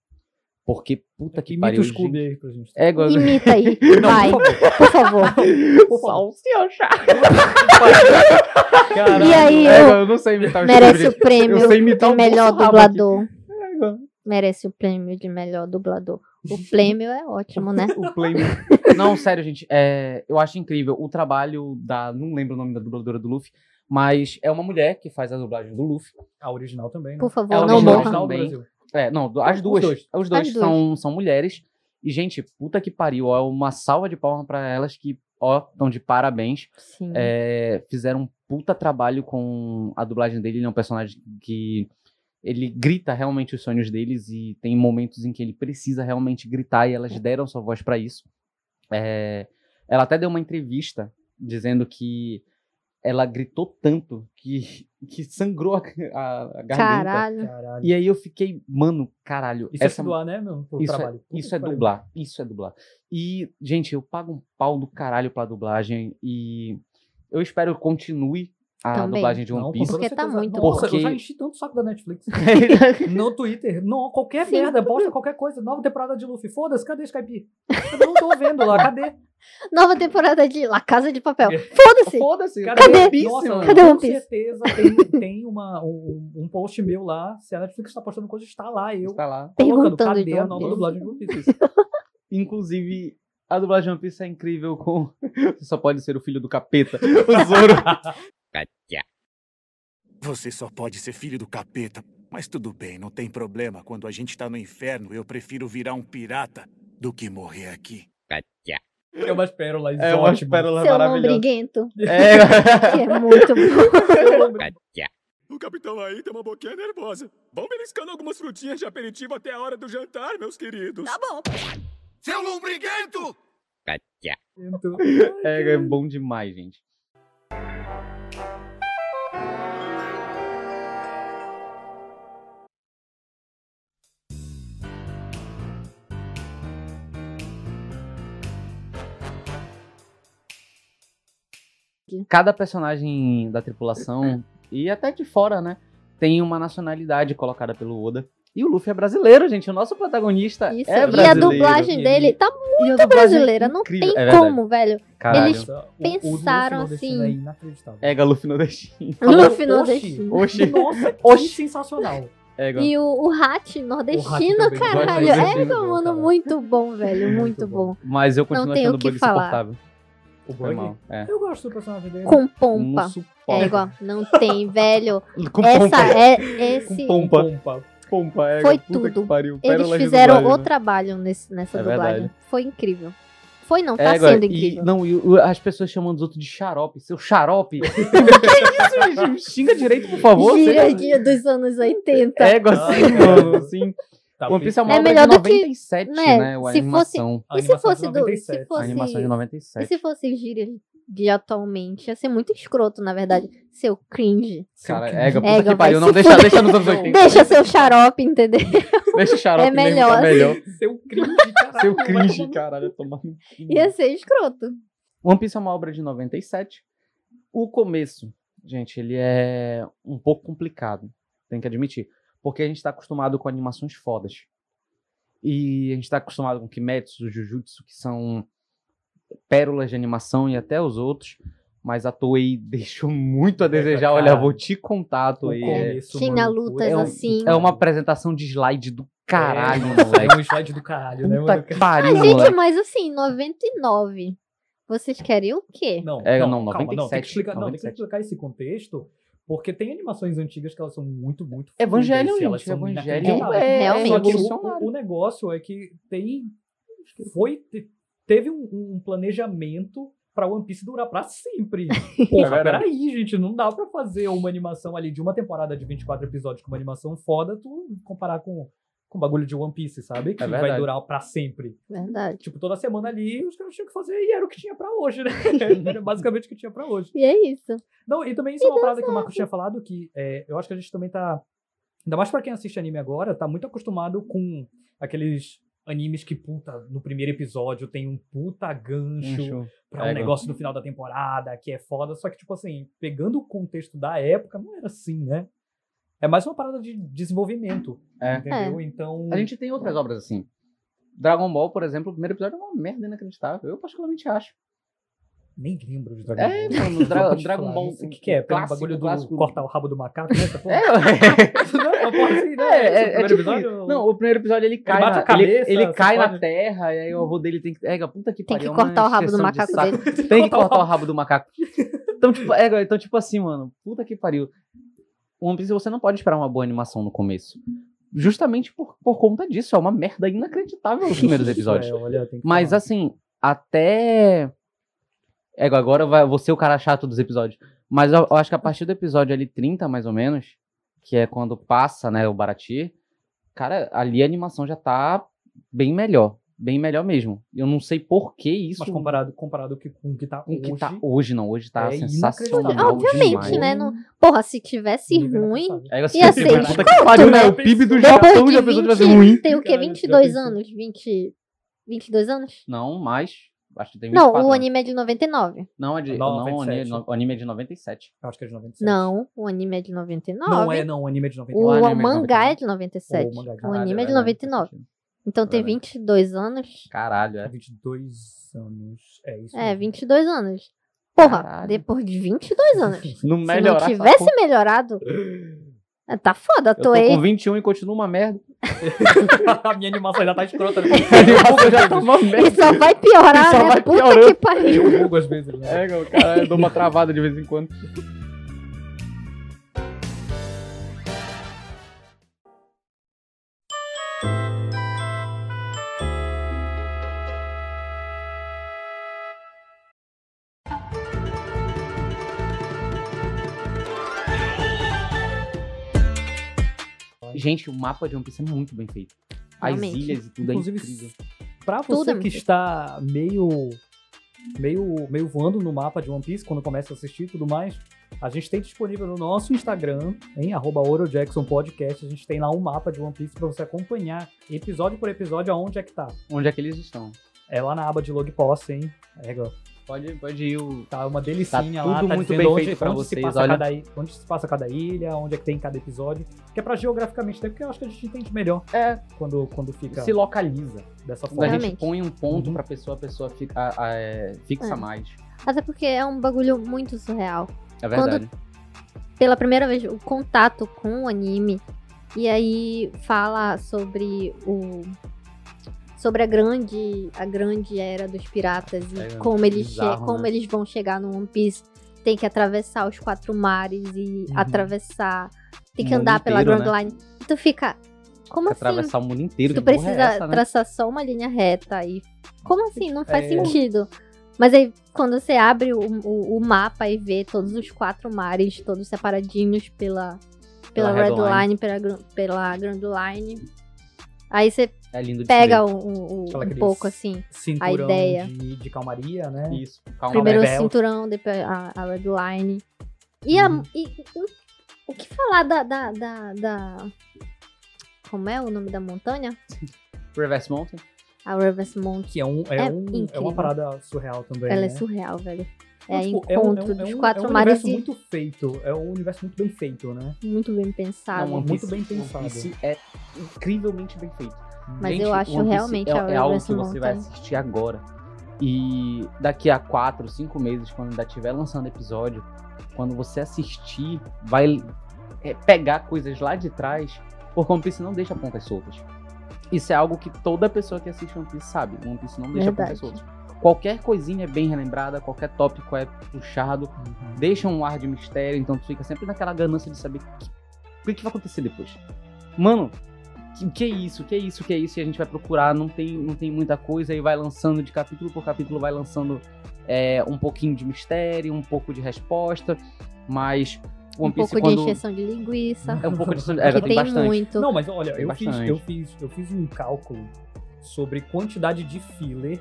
S2: Porque, puta É que
S1: Imita
S2: pariu.
S1: o Scooby
S2: gente.
S1: aí pra gente.
S2: É igual.
S3: Imita aí. Vai, por favor. um
S1: Caralho.
S3: E aí,
S2: É
S3: eu
S2: igual, eu não sei imitar o
S3: merece o
S2: Scooby.
S3: prêmio
S2: Eu sei imitar
S3: de
S2: o
S3: melhor
S2: Bolsonaro aqui.
S3: dublador.
S2: igual.
S3: Merece o prêmio de melhor dublador. O prêmio é ótimo, né?
S2: O Play. Não, sério, gente. é, eu acho incrível o trabalho da. Não lembro o nome da dubladora do Luffy. Mas é uma mulher que faz a dublagem do Luffy.
S1: A original também, né?
S3: Por favor,
S2: Ela
S3: não
S2: original,
S3: morra.
S2: original.
S1: do Brasil.
S2: É, não, do- as duas. Os
S1: dois.
S2: dois,
S3: As duas.
S2: São, são mulheres. E, gente, puta que pariu. Ó, é uma salva de palmas pra elas que, ó, estão de parabéns.
S3: Sim.
S2: É, fizeram um puta trabalho com a dublagem dele. Ele é um personagem que ele grita realmente os sonhos deles e tem momentos em que ele precisa realmente gritar e elas deram sua voz pra isso. É, ela até deu uma entrevista dizendo que ela gritou tanto que, que sangrou a, a- a garganta.
S3: Caralho.
S1: Caralho.
S2: E aí eu fiquei, mano, caralho.
S1: Isso é se doar, né, meu? Pro
S2: isso
S1: trabalho.
S2: É,
S1: Puta
S2: isso
S1: que
S2: é
S1: pariu.
S2: dublar. Isso é dublar. E, gente, eu pago um pau do caralho pra dublagem e eu espero que continue a
S3: Também.
S2: dublagem de
S1: Não,
S2: One
S1: com
S2: Piece.
S1: toda
S3: Porque tá
S1: certeza.
S3: muito
S1: Nossa,
S2: bom.
S1: eu já enchi tanto o saco da Netflix. no Twitter. Não, qualquer
S3: Sim.
S1: merda, bosta, qualquer coisa. Nova temporada de Luffy. Foda-se, cadê Skype? Eu não tô vendo lá, cadê?
S3: Nova temporada de La Casa de Papel.
S1: É.
S3: Foda-se.
S2: Foda-se.
S3: Cadê?
S2: One Piece,
S1: Nossa,
S2: mano?
S3: Cadê
S1: um com
S3: One Piece?
S1: certeza tem, tem uma, um, um post meu lá. Se a Netflix tá postando coisa, está lá eu.
S2: Tá lá.
S1: Colocando,
S3: Perguntando então. de
S1: cadê a
S3: One
S1: nova
S3: Piece?
S1: dublagem de One Piece?
S2: Inclusive, a dublagem de One Piece é incrível com... Você só pode ser o filho do capeta. O Zoro.
S5: Você só pode ser filho do capeta. Mas tudo bem, não tem problema. Quando a gente tá no inferno, eu prefiro virar um pirata do que morrer aqui.
S1: Tem umas pérolas
S2: É uma
S1: ótimas.
S2: pérola
S3: Seu
S2: maravilhosa.
S3: lombriguento.
S2: É.
S3: Que é muito bom.
S5: O capitão aí tem uma boquinha nervosa. Vão beliscando algumas frutinhas de aperitivo até a hora do jantar, meus queridos. Tá bom. Seu lombriguento!
S1: Então,
S2: É, é bom demais, gente. Cada personagem da tripulação, e até de fora, né? Tem uma nacionalidade colocada pelo Oda. E o Luffy é brasileiro, gente. O nosso protagonista
S3: Isso.
S2: é
S3: e a
S2: brasileiro. É
S3: dublagem
S1: ele-
S3: dele tá
S2: muito
S3: brasileira. Não tem como, velho.
S2: Caralho.
S3: Eles pensaram assim.
S1: É inacreditável.
S2: É, Galufi nordestino.
S3: Luffy
S1: Falou,
S3: nordestino.
S2: Oxi.
S1: Nossa, que
S2: Oxi.
S1: sensacional.
S2: É, Gal-
S3: E o, o Hat nordestino,
S1: também, o Hat
S3: caralho. É,
S2: nordestino,
S3: mano,
S1: cara.
S3: muito bom, velho. Muito,
S1: Muito
S3: bom.
S1: bom.
S2: Mas eu continuo
S3: Não tem
S2: achando
S3: o
S2: o
S3: que
S2: bug
S3: falar.
S2: insuportável.
S1: O bug?
S2: Foi mal. É.
S1: Eu gosto do personagem dele.
S3: Com
S2: Não
S3: pompa.
S2: suporto.
S3: É igual, não tem, velho.
S2: Com
S3: Essa
S2: pompa.
S3: é esse.
S2: Com pompa.
S1: pompa.
S2: pompa é,
S3: Foi
S2: puta que
S3: tudo.
S2: pariu.
S3: Eles
S2: Pérolas de
S3: fizeram
S2: dublagem,
S3: o
S2: né?
S3: trabalho nesse- nessa
S2: É
S3: dublagem. Foi incrível. Foi não, tá
S2: É, agora,
S3: sendo
S2: e,
S3: incrível.
S2: não, e o- as pessoas chamando os outros de xarope. Seu xarope. que isso, gente? Me Xinga direito, por favor.
S3: Gira
S2: sei lá.
S3: dia dos anos 80.
S2: É, igual assim,
S1: Ah,
S2: mano.
S1: cara.
S2: Assim.
S1: Tá,
S2: One Piece é uma
S3: É
S2: obra
S3: melhor
S2: de
S3: do que,
S2: 97,
S3: né,
S2: né?
S3: se
S2: a
S3: fosse-
S2: animação.
S1: A
S3: E se
S1: animação
S3: fosse
S1: de
S3: do. Se
S1: 97.
S2: A
S3: fosse,
S2: animação de
S3: e
S2: 97.
S3: se fosse gíria de atualmente? Ia ser muito escroto, na verdade. Seu cringe.
S2: Cara, é ega, puta
S3: Ega, vai
S2: que pariu.
S3: se
S2: Não, deixa,
S3: fuder.
S2: deixa nos anos 80.
S3: Deixa seu xarope, entendeu?
S2: Deixa o xarope
S3: É
S2: mesmo, que
S3: melhor.
S2: é melhor.
S1: Seu cringe, caralho.
S2: Seu
S1: vai
S2: cringe,
S1: tomar
S2: caralho. Tomar... no cu.
S3: Ia ser escroto.
S2: One Piece é uma obra de 97. O começo, gente, ele é um pouco complicado, tem que admitir. Porque a gente tá acostumado com animações fodas. E a gente tá acostumado com Kimetsu, Jujutsu, que são pérolas de animação e até os outros. Mas a Toei deixou muito a desejar. Olha,
S1: Cara,
S2: vou te contar,
S1: no cu
S2: Toei.
S1: o
S2: É,
S1: começo,
S3: Tinha
S1: mano.
S3: lutas
S1: É um-
S3: assim.
S2: é uma apresentação de slide do caralho,
S1: É,
S2: moleque.
S1: É um slide do caralho, né,
S2: Puta
S1: mano?
S2: que pariu,
S3: Gente,
S2: moleque.
S3: mas assim, 99. Vocês querem o quê?
S1: Não,
S2: É,
S1: não,
S2: não,
S1: calma, não, tem que
S2: 97,
S1: explicar, não, tem que
S2: 97.
S1: explicar esse contexto, porque tem animações antigas que elas são muito, muito fluidas,
S2: Evangelho,
S1: e elas
S2: gente.
S1: são
S2: Evangelho
S1: inacreditáveis.
S2: é, é,
S3: Né? realmente.
S1: Só que
S2: revolucionário.
S1: o, o negócio é que tem. Foi. te- Teve um, um planejamento pra One Piece durar pra sempre. Porra,
S2: verdade.
S1: peraí, gente. Não dá pra fazer uma animação ali de uma temporada de 24 episódios com uma animação foda, tu comparar com. Com o bagulho de One Piece, sabe? Que vai
S2: É verdade.
S1: durar pra sempre.
S3: Verdade.
S1: Tipo, toda semana ali os caras tinham que fazer e era o que tinha pra hoje, né? Era basicamente o que tinha pra hoje.
S3: E é isso.
S1: Não, e também isso é uma parada que o Marcos tinha falado, que é, eu acho que a gente também tá. Ainda mais pra quem assiste anime agora, tá muito acostumado com aqueles animes que, puta, no primeiro episódio tem um puta gancho
S2: Show.
S1: pra um
S2: Pega.
S1: negócio no final da temporada, que é foda. Só que, tipo assim, pegando o contexto da época, não era assim, né? É mais uma parada de desenvolvimento.
S2: É.
S1: Entendeu? Então.
S2: A gente tem outras obras assim. Dragon Ball, por exemplo, o primeiro episódio é uma merda inacreditável. Eu particularmente acho.
S1: Nem lembro de Dragon
S2: É,
S1: Ball.
S2: mano, Dra
S1: Pode
S2: Dragon
S1: falar,
S2: Ball. um
S1: não sei O que, que é? Pega o
S2: clássico,
S1: bagulho do
S2: clássico.
S1: cortar o rabo do macaco, né? Essa porra?
S2: É,
S1: Não, é uma porra assim, né?
S2: É,
S1: Esse
S2: é, é
S1: primeiro
S2: tipo
S1: episódio,
S2: isso.
S1: o-
S2: Não, o primeiro episódio ele cai,
S1: bate
S2: na,
S1: a cabeça,
S2: ele, ele
S1: você
S2: cai na
S1: pode-
S2: terra, e aí o avô dele tem que. É, puta que
S3: Tem
S2: pariu,
S3: que
S2: é uma
S3: cortar o rabo do
S2: extensão de
S3: macaco
S2: saco.
S3: dele.
S2: Tem que cortar o rabo do macaco. Então, tipo, é, então, tipo assim, mano, puta que pariu. One Piece você não pode esperar uma boa animação no começo. Justamente por, por conta disso. É uma merda inacreditável os primeiros episódios.
S1: É, olha, tem que
S2: Mas
S1: falar.
S2: assim, até. É, agora vai, vou ser o cara chato dos episódios. Mas eu, eu acho que a partir do episódio ali 30, mais ou menos, que é quando passa, né, o Barati, cara, ali a animação já tá bem melhor. Bem melhor mesmo. Eu não sei por que isso.
S1: Mas comparado, comparado que- com o que tá
S2: com o que
S1: hoje,
S2: tá hoje, não. Hoje tá
S1: é
S2: sensacional.
S1: inacreditável.
S3: Obviamente,
S2: demais.
S3: né? assim, Não- Porra, se tivesse
S1: Nível
S3: ruim.
S1: inacreditável.
S2: Aí você
S3: Ia
S2: fica,
S1: ser
S2: "Puta que
S1: escroto,
S2: pariu,
S1: né?
S2: né? O PIB do
S1: Depois
S2: Japão
S3: de
S2: já pensou que vai ser
S3: 20
S2: ruim.
S3: Tem o quê?
S1: Caralho, já
S3: 22
S1: pensou.
S3: anos? 20. 22 anos?
S2: Não, mas. Acho que tem 24
S3: Não, o
S2: né?
S3: anime é de 99.
S2: Não, é
S1: Não,
S2: de, não, o anime-
S1: 97.
S2: o anime é de 97.
S1: Eu acho que é de 97.
S3: Não, o anime é de 99.
S1: Não é, não. O anime é de
S3: O,
S1: 99.
S2: anime é de
S3: mangá é de
S1: 99.
S3: 97.
S1: O mangá é de
S3: O
S2: Caralho,
S3: anime é
S2: verdade,
S3: de
S2: faz
S3: 99.
S2: sentido.
S3: Então tem
S2: Verdade.
S3: 22 anos.
S2: Caralho, é.
S1: 22 anos. É isso.
S3: É,
S1: mesmo.
S3: 22 anos. Porra,
S2: Caralho.
S3: depois de 22 anos. Se
S2: Não
S3: não
S2: melhorar. essa
S3: tivesse
S2: porra.
S3: melhorado. é, Tá foda,
S2: Eu
S3: tô
S2: tô com
S3: aí.
S2: 21 e continua uma merda.
S1: A minha animação ainda tá escrota. Né?
S2: um Eu já tô uma
S3: E
S2: merda.
S3: só vai piorar,
S2: Só
S3: né?
S2: vai
S3: Puta
S2: piorando.
S3: que pariu.
S1: Eu bugo às vezes. Né?
S2: É, cara, eu dou uma travada de vez em quando. Gente, o mapa de One Piece é muito bem feito. As
S3: Realmente.
S2: ilhas e tudo é
S1: Inclusive,
S2: incrível.
S1: pra
S3: Tudo é
S1: você
S3: muito
S1: que está meio, meio, meio voando no mapa de One Piece, quando começa a assistir e tudo mais, a gente tem disponível no nosso Instagram, em arroba orojacksonpodcast, a gente tem lá um mapa de One Piece pra você acompanhar episódio por episódio aonde é que tá.
S2: Onde é que eles estão? É
S1: É lá na aba de log post, hein? É legal.
S2: Pode, pode ir o
S1: Tá uma delicinha
S2: Tá
S1: lá,
S2: tudo
S1: tá
S2: muito
S1: dizendo
S2: bem
S1: onde,
S2: feito pra
S1: onde
S2: vocês,
S1: se passa
S2: olha.
S1: cada, i- onde se passa cada ilha, onde é que tem cada episódio, que é pra geograficamente, né? porque eu acho que a gente entende melhor
S2: É.
S1: quando, quando fica
S2: se localiza.
S1: dessa
S2: Quando
S1: forma.
S2: a gente
S3: Realmente.
S2: põe um ponto
S1: Uhum.
S2: pra pessoa, a pessoa fica, a- a- é, fixa
S3: É.
S2: mais.
S3: Até porque é um bagulho muito surreal.
S2: É verdade.
S3: pela primeira vez o contato com o anime. E aí fala sobre o sobre a grande a grande era dos piratas e
S2: É,
S3: como eles che-
S2: bizarro,
S3: como
S2: né?
S3: eles vão chegar no One Piece, tem que atravessar os quatro mares
S1: Uhum.
S3: e atravessar, tem que
S2: O Um mundo
S3: andar pela
S2: inteiro, né?
S3: Grand Line. E tu fica como assim?
S2: Atravessar o mundo inteiro.
S3: Tu
S2: que porra é
S3: precisa
S2: essa, né?
S3: traçar só uma linha reta e. Como assim? Não faz
S2: É.
S3: sentido. Mas aí, quando você abre o, o- o mapa e vê todos os quatro mares, todos separadinhos pela,
S2: Pela
S3: pela,
S2: Red
S3: Red
S2: Line.
S3: Line, pela, Gr- pela Grand Line. Aí você
S2: É lindo de
S3: pega um, um- um
S1: Aquela que
S3: pouco
S1: diz,
S3: assim.
S1: Cinturão
S3: ideia.
S1: De, de calmaria, né?
S2: ver. Isso, calma.
S3: Primeiro
S2: né?
S3: o
S1: Belt.
S3: cinturão, depois a, a Red Line. E, a-
S1: Uhum.
S3: e- e- o que falar da- da- da- da. Como é o nome da montanha?
S2: Reverse Mountain.
S3: A Reverse Mountain.
S1: Que é, um, é,
S3: É
S1: um, é
S3: incrível.
S1: uma parada surreal também.
S3: Ela
S1: né?
S3: é surreal, velho.
S1: Então,
S3: É
S1: tipo, um-
S3: encontro
S1: um-
S3: dos
S1: um-
S3: quatro
S1: é um
S3: mares
S1: universo
S3: e
S1: muito feito. É um universo muito bem feito, né?
S3: muito bem pensado.
S1: Não,
S2: One
S1: muito
S2: Piece-
S1: bem
S2: One
S1: pensado.
S2: Piece é incrivelmente bem feito.
S3: Mas
S2: Gente,
S3: eu acho
S2: One Piece
S3: realmente
S2: é,
S3: a um
S2: é algo
S3: Reverse
S2: que você vai
S3: Mountain.
S2: assistir agora. E daqui a 4, 5 meses, quando ainda estiver lançando episódio, quando você assistir, vai é, pegar coisas lá de trás, porque One Piece não deixa pontas soltas. Isso é algo que toda pessoa que assiste One Piece sabe. One Piece não deixa pontas
S3: Verdade.
S2: soltas. Qualquer coisinha é bem relembrada, qualquer tópico é puxado,
S1: Uhum.
S2: deixa um ar de mistério, então tu fica sempre naquela ganância de saber o que, o que, que vai acontecer depois. Mano, o que é isso? O que é isso? O que é isso? E a gente vai procurar, não tem, não tem muita coisa, e vai lançando de capítulo por capítulo, vai lançando é, um pouquinho de mistério, um pouco de resposta, mas One
S3: um
S2: Piece
S3: pouco de
S2: quando...
S3: encheção de linguiça.
S2: é um pouco de...
S3: que
S2: É, já
S3: tem,
S2: tem bastante.
S3: muito.
S1: Não, mas olha,
S2: Tem
S1: eu fiz,
S2: bastante.
S1: eu, fiz, eu fiz um cálculo sobre quantidade de filler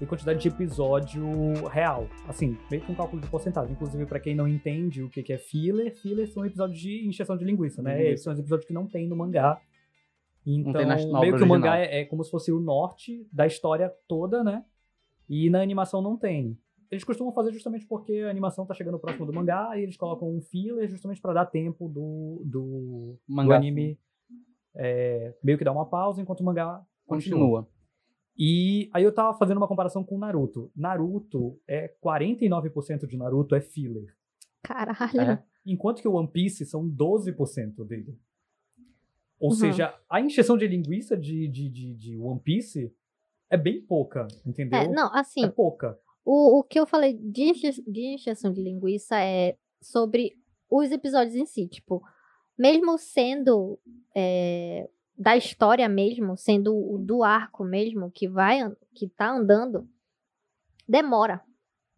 S1: e quantidade de episódio real. Assim, meio que um cálculo de porcentagem. Inclusive, pra quem não entende o que que é filler, filler são episódios de injeção de linguiça, né?
S2: Linguiça.
S1: São os episódios que não tem no mangá. Então,
S2: Uhum. tem na- na obra
S1: meio que o mangá
S2: original.
S1: é, é como se fosse o norte da história toda, né? E na animação não tem. Eles costumam fazer justamente porque a animação tá chegando próximo do mangá e eles colocam um filler justamente pra dar tempo do, do, do
S2: Mangá
S1: anime é, meio que dar uma pausa enquanto o mangá continua.
S2: continua.
S1: E aí eu tava fazendo uma comparação com Naruto. Naruto é 49% de Naruto é filler,
S3: Caralho.
S2: É.
S1: enquanto que o One Piece são 12% dele. Ou
S3: Uhum.
S1: seja, a injeção de linguiça de, de, de, de One Piece é bem pouca, entendeu?
S3: É, não, assim,
S1: É pouca.
S3: O, o que eu falei de, inje- de injeção de linguiça é sobre os episódios em si. Tipo, mesmo sendo é, da história mesmo, sendo o do arco mesmo, que vai, an- que tá andando, demora.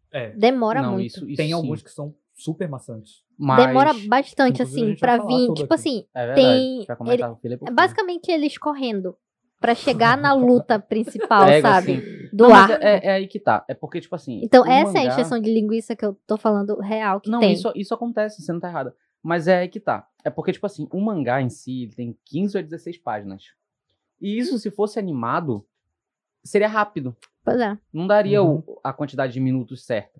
S1: É.
S3: Demora
S2: não,
S3: muito.
S2: isso, isso
S1: Tem
S2: sim.
S1: alguns que são super maçantes.
S2: Mas...
S3: Demora bastante,
S1: Inclusive, a
S3: assim,
S1: gente vai
S3: pra
S1: falar
S3: vir.
S1: tudo aqui.
S3: Tipo assim,
S2: É verdade.
S3: tem-
S2: a gente vai comentar o Felipe.
S3: é basicamente eles correndo pra chegar na luta principal,
S2: Pega,
S3: sabe?
S2: assim.
S3: Do
S2: Não, mas
S3: arco.
S2: é, é aí que tá. É porque, tipo assim.
S3: Então,
S2: o
S3: essa é a
S2: mangá-
S3: injeção de linguiça que eu tô falando real que
S2: Não,
S3: tem.
S2: isso, é isso acontece, você não tá errada. Mas é aí que tá. É porque, tipo assim, o mangá em si ele tem 15 ou 16 páginas. E isso, se fosse animado, seria rápido.
S3: Pois é.
S2: Não daria o- a quantidade de minutos certa.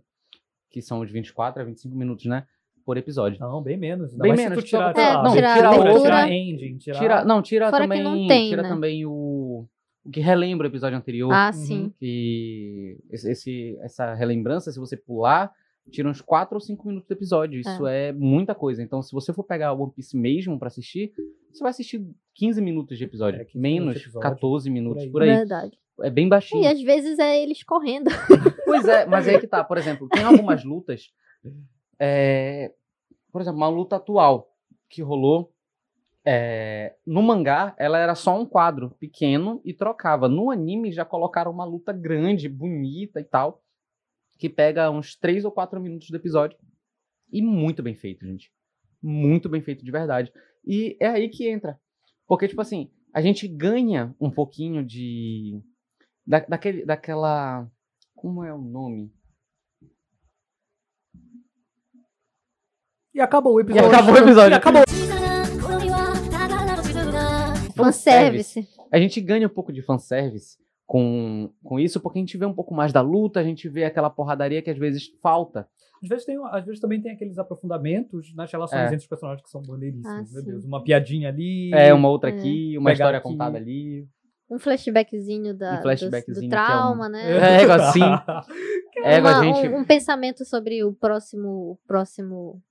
S2: Que são de 24 a 25 minutos, né? Por episódio.
S1: Não, bem menos. Ainda
S2: Bem
S1: mais
S2: menos,
S1: Se tu tirar,
S2: só-
S1: sei
S3: É,
S1: lá,
S3: não,
S1: se
S3: tirar a
S1: tirar,
S3: abertura.
S1: tirar ending, tirar...
S2: né? Tira, não, tira
S3: Fora que
S2: também.
S3: não tem,
S2: tira
S3: né?
S2: também o. O que relembra o episódio anterior.
S3: Ah,
S1: Uhum.
S3: sim.
S2: que esse, esse- essa relembrança, se você pular, tira uns 4 ou 5 minutos do episódio. Isso é. muita coisa. Então, se você for pegar One Piece mesmo pra assistir, você vai assistir 15 minutos de episódio.
S1: É, 15
S2: menos
S1: minutos de episódio,
S2: 14 minutos,
S1: aí.
S2: por aí.
S3: Verdade.
S2: É bem
S3: E
S2: baixinho.
S3: às vezes é eles correndo.
S2: Pois é, mas é aí que tá. Por exemplo, tem algumas lutas. é, por exemplo, uma luta atual que rolou. é, no mangá, ela era só um quadro pequeno e trocava. No anime, já colocaram uma luta grande, bonita e tal, que pega uns 3 ou 4 minutos do episódio. E muito bem feito, gente. Muito bem feito de verdade. E é aí que entra. Porque, tipo assim, a gente ganha um pouquinho de. Da, daquele, daquela. Como é o nome?
S1: E acabou o
S2: E
S1: episódio.
S2: acabou o episódio.
S6: 「小さな恋はただなの地図が」
S2: Um
S3: Fanservice.
S2: A gente ganha um pouco de fanservice com, com isso, porque a gente vê um pouco mais da luta, a gente vê aquela porradaria que às vezes falta.
S1: Às vezes, tem, um, às vezes também tem aqueles aprofundamentos nas relações
S2: É.
S1: entre os personagens que são
S3: Ah,
S1: maneiríssimos. Meu
S3: sim.
S1: Deus, uma piadinha ali.
S2: É, uma outra
S3: É.
S2: aqui, uma
S1: Pegar
S2: história
S1: aqui.
S2: contada ali.
S3: Um flashbackzinho da,
S2: Um flashbackzinho
S3: do, do
S2: que é um-
S3: trauma, né?
S2: É, igual assim. É, igual a
S3: Uma-
S2: gente.
S3: um, um pensamento sobre o próximo. O próximo.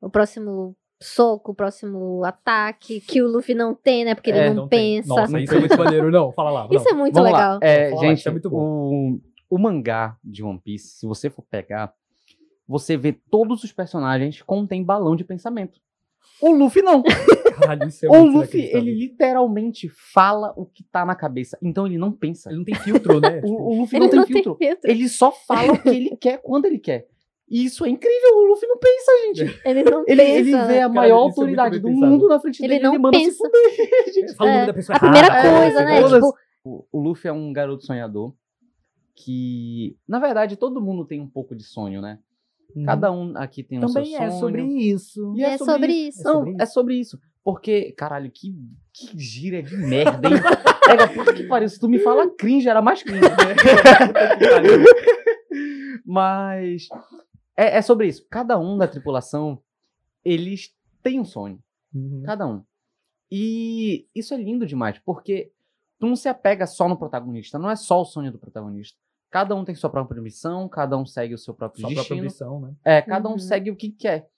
S3: O próximo soco, o próximo ataque, que o Luffy não tem, né? Porque ele
S2: É,
S3: não,
S1: Então tem-
S3: pensa.
S1: Nossa, isso é muito maneiro. Não, fala lá.
S3: Isso é muito
S2: Vamos
S3: legal.
S2: lá. É,
S1: Vamos falar,
S2: gente,
S1: isso é muito bom.
S2: O, o mangá de One Piece, se você for pegar, você vê todos os personagens contém balão de pensamento. O Luffy não.
S1: é, Caralho, isso é
S2: o
S1: muito
S2: Luffy,
S1: inacreditável.
S2: ele literalmente fala o que tá na cabeça. Então ele não pensa.
S1: Ele não tem filtro, né? Tipo,
S2: O, o Luffy
S3: Ele
S2: É, não tem filtro.
S3: filtro.
S2: Ele só fala o que ele quer quando ele quer. E isso é incrível. O Luffy não pensa, gente.
S3: Ele não
S2: Ele,
S3: pensa.
S2: ele vê
S3: né?
S2: a
S1: Cara,
S2: maior
S1: isso é muito
S2: autoridade
S1: bem
S2: do
S1: pensado.
S2: mundo na frente
S3: Ele
S2: dele.
S3: não
S2: ele manda se
S3: pensa.
S2: fuder, gente.
S1: fala o
S3: é,
S1: nome da pessoa
S3: a primeira
S1: errada, É,
S3: coisa,
S1: você
S3: né?
S1: fala,
S2: Ah, é, Todas-
S3: Tipo-
S2: O o Luffy é um garoto sonhador que, na verdade, todo mundo tem um pouco de sonho, né?
S1: "Uhum,
S2: Cada um aqui tem um seu
S1: Também
S2: sonho.
S1: é sobre isso.
S2: E
S3: É sobre isso.
S2: Não,
S1: sobre
S2: é sobre isso. Porque, caralho, que, que gíria de merda, hein? Pega, puta que pariu. Se tu me fala cringe, era mais cringe. né? Mas é, é sobre isso. Cada um da tripulação, eles têm um sonho.
S1: Uhum.
S2: Cada um. E isso é lindo demais, porque tu não se apega só no protagonista, não é só o sonho do protagonista. Cada um tem sua própria missão, cada um segue o seu próprio
S1: Sua própria
S2: destino.
S1: ambição, né?
S2: É, cada um
S3: Uhum.
S2: segue o que quer.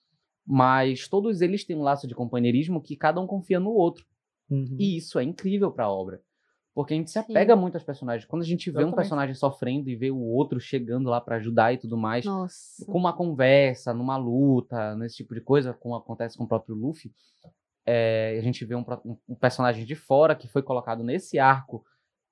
S2: Mas todos eles têm um laço de companheirismo que cada um confia no outro.
S1: Uhum.
S2: E isso é incrível pra obra. Porque a gente se
S3: Sim.
S2: apega muito aos personagens. Quando a gente vê um
S1: Exatamente.
S2: personagem sofrendo e vê o outro chegando lá pra ajudar e tudo mais,
S3: Nossa.
S2: com uma conversa, numa luta, nesse tipo de coisa, como acontece com o próprio Luffy, é, a gente vê um, pro- um- um personagem de fora que foi colocado nesse arco,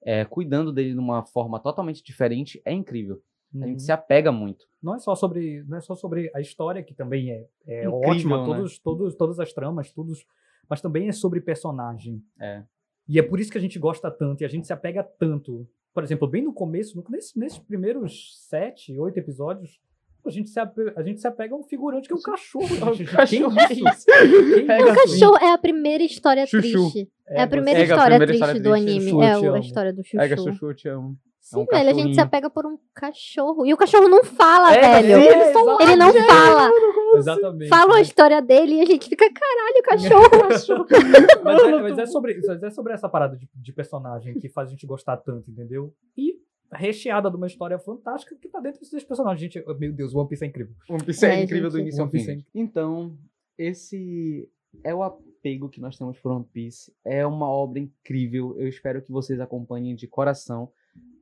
S2: é, cuidando dele de uma forma totalmente diferente, é incrível. A
S1: Uhum.
S2: gente se apega muito.
S1: não é só sobre não é só sobre a história que também é, é
S2: Incrível,
S1: ótima
S2: né?
S1: todos todos todas as tramas todos mas também é sobre personagem
S2: É.
S1: e é por isso que a gente gosta tanto e a gente se apega tanto por exemplo bem no começo no- nesse- nesses primeiros sete oito episódios A gente se apega, a gente se apega a um figurante que é um cachorro. gente. Quem
S2: Cachorro é
S1: isso?
S2: isso.
S1: Quem
S2: É
S1: isso?
S3: O cachorro é a primeira história
S2: Chuchu.
S3: triste. É a
S1: você-
S3: primeira
S2: É, a
S3: história
S2: primeira
S3: triste
S2: história
S3: do
S2: triste.
S3: anime.
S1: Chuchu,
S3: é
S1: eu te
S3: o- a
S1: amo.
S3: história do Chuchu.
S2: Pega Chuchu, te amo.
S3: Sim,
S2: um
S3: velho, a gente se
S2: cachorrinho. É,
S3: apega por um cachorro. E o cachorro não fala, velho.
S2: sim, Ah, eles tão lá,
S3: Ele não
S2: gente.
S3: fala.
S1: Exatamente. né?
S2: né?
S3: Fala a história dele e a gente fica, caralho, cachorro.
S1: Mas, é, mas é sobre, mas é sobre essa parada de, de personagem que faz a gente gostar tanto, entendeu? E recheada de uma história fantástica que tá dentro desses personagens. Gente, eu- meu Deus, o One Piece é incrível.
S2: One Piece é,
S3: É,
S2: incrível do
S3: gente.
S2: início ao
S1: One Piece
S2: fim.
S1: é
S2: Então, esse é o apego que nós temos por One Piece. É uma obra incrível. Eu espero que vocês acompanhem de coração.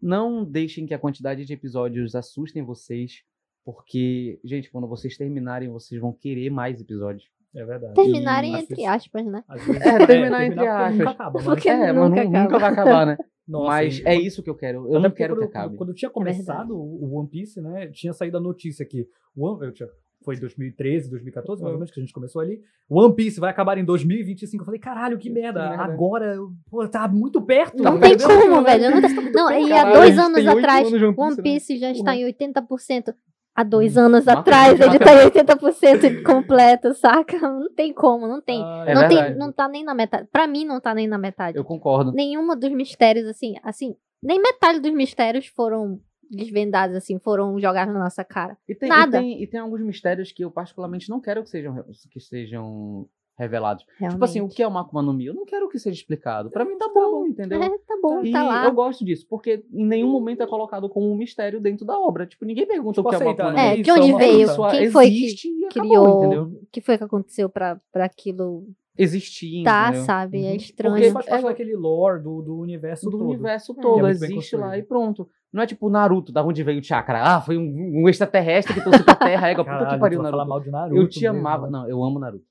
S2: Não deixem que a quantidade de episódios assustem vocês, porque, gente, quando vocês terminarem, vocês vão querer mais episódios.
S1: É verdade.
S3: Terminarem
S1: E-
S3: entre aspas, né?
S1: Às vezes-
S2: É, terminar entre
S1: porque Nunca
S2: aspas.
S1: acaba, mas,
S3: Porque
S2: é,
S3: nunca
S2: mas nu-
S3: acaba.
S2: nunca vai acabar, né?
S1: nossa,
S2: mas
S1: e-
S2: é isso que eu quero. Eu
S1: Até
S2: não
S1: porque
S2: quero que
S1: quando,
S2: acabe.
S1: Quando tinha
S3: É verdade.
S1: começado o One Piece, né? Tinha saído a notícia que o One, eu tinha- foi em 2013, 2014, mais ou menos, que a gente começou ali. One Piece vai acabar em 2025. Eu falei, caralho, que merda.
S2: merda.
S1: Agora, eu- pô, tá muito perto. é
S2: Tá
S3: Não
S1: entendeu?
S3: tem
S2: perdendo
S3: como,
S2: nada.
S3: velho. Não, tem- não, e há
S2: Caralho, a
S3: dois
S2: gente
S3: anos
S2: tem oito
S3: atrás,
S2: anos de One
S3: One
S2: Piece, né?
S3: Piece já está
S2: Porra. Hum,
S3: em 80%. Há dois anos
S2: Mata-
S3: atrás ele
S2: mata-
S3: tá em 80% completo, saca? Não tem como, não tem.
S1: Ah,
S2: É
S3: não, tem
S2: verdade.
S3: não tá nem na metade. Pra mim, não tá nem na metade.
S2: Eu concordo.
S3: Nenhuma dos mistérios, assim, assim, nem metade dos mistérios foram desvendados, assim, foram jogados na nossa cara.
S2: E tem,
S3: Nada.
S2: E tem, e tem alguns mistérios que eu particularmente não quero que sejam, re- que sejam revelados.
S3: Realmente. Ah,
S2: Tipo assim, o que é o Makuma no Mi? Eu não quero que seja explicado. Pra mim tá bom, entendeu?
S3: É, tá bom,
S2: E
S3: tá lá. Uhum.
S2: eu gosto disso, porque em nenhum momento é colocado como um mistério dentro da obra. Tipo, ninguém pergunta o que é o
S1: Aceita,
S2: Makuma no
S1: né?
S2: Mi.
S3: É,
S1: Isso,
S3: de onde
S1: uma-
S3: veio?
S1: isso,
S3: Quem foi que
S2: existe e acabou,
S3: criou-
S2: entendeu?
S3: o que foi que aconteceu pra, pra aquilo
S2: Existir,
S3: tá,
S2: entendeu?
S3: sabe?
S1: Uhum.
S3: É
S1: Porque
S3: estranho.
S1: faz parte daquele lore do, do universo
S2: do
S1: todo.
S2: universo
S1: É
S2: todo,
S1: muito bem
S2: existe lá e
S1: construído.
S2: pronto. Não é tipo Naruto, da onde veio o chakra. Ah, foi um, um extraterrestre que trouxe pra Terra. Égua, puta que
S1: Caralho,
S2: pariu,
S1: tu vai falar
S2: Naruto.
S1: mal de Naruto.
S2: Eu te
S1: mesmo,
S2: amava.
S1: né?
S2: Não, eu amo Naruto.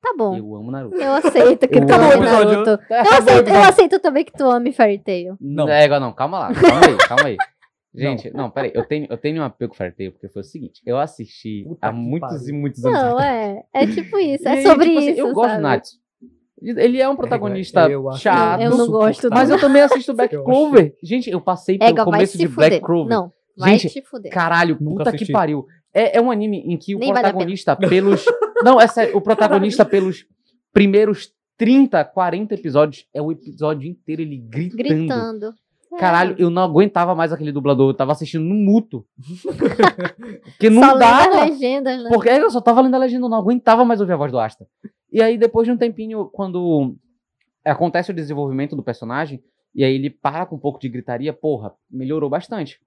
S3: Tá bom.
S2: Eu amo Naruto.
S3: Eu aceito que
S2: Eu
S3: tu
S2: amo
S3: ame
S2: o
S1: episódio.
S3: Naruto. Eu aceito, eu aceito também que tu ame Fairy Tail.
S1: Não.
S2: Não. É, igual, não, calma lá, calma aí, calma aí.
S1: Não.
S2: Gente, não, peraí, eu tenho, eu tenho um apego com Fairy Tail, porque foi o seguinte, eu assisti
S1: Puta
S2: há
S1: que
S2: muitos
S1: pariu.
S2: e muitos anos
S3: Não,
S2: atrás.
S3: é. É tipo isso. É
S2: E aí,
S3: sobre
S2: tipo assim,
S3: isso.
S2: Eu gosto
S3: sabe?
S2: do Natsu. Ele é um protagonista
S1: eu acho tá?
S2: chato,
S3: Eu não gosto,
S2: mas eu também assisto Black
S1: Eu
S2: Clover. Gente, eu passei pelo
S3: Ega, É vai
S2: começo
S3: se
S2: de
S3: fuder.
S2: Black Clover.
S3: Não, vai
S2: Gente,
S3: te fuder.
S2: Caralho,
S1: Nunca
S2: puta que
S1: assisti.
S2: pariu. É, é um anime em que o
S3: Nem vale a pena.
S2: protagonista pelos. Não, é sério, o protagonista pelos primeiros 30, 40 episódios é o episódio inteiro ele
S3: Gritando. É.
S2: Caralho, eu não aguentava mais aquele dublador. Eu tava assistindo no muto. Porque não
S3: Só lendo
S2: dava.
S3: as legendas, né?
S2: Porque eu só tava lendo a legenda, eu não aguentava mais ouvir a voz do Asta. E aí, depois de um tempinho, quando acontece o desenvolvimento do personagem, e aí ele para com um pouco de gritaria, porra, melhorou bastante.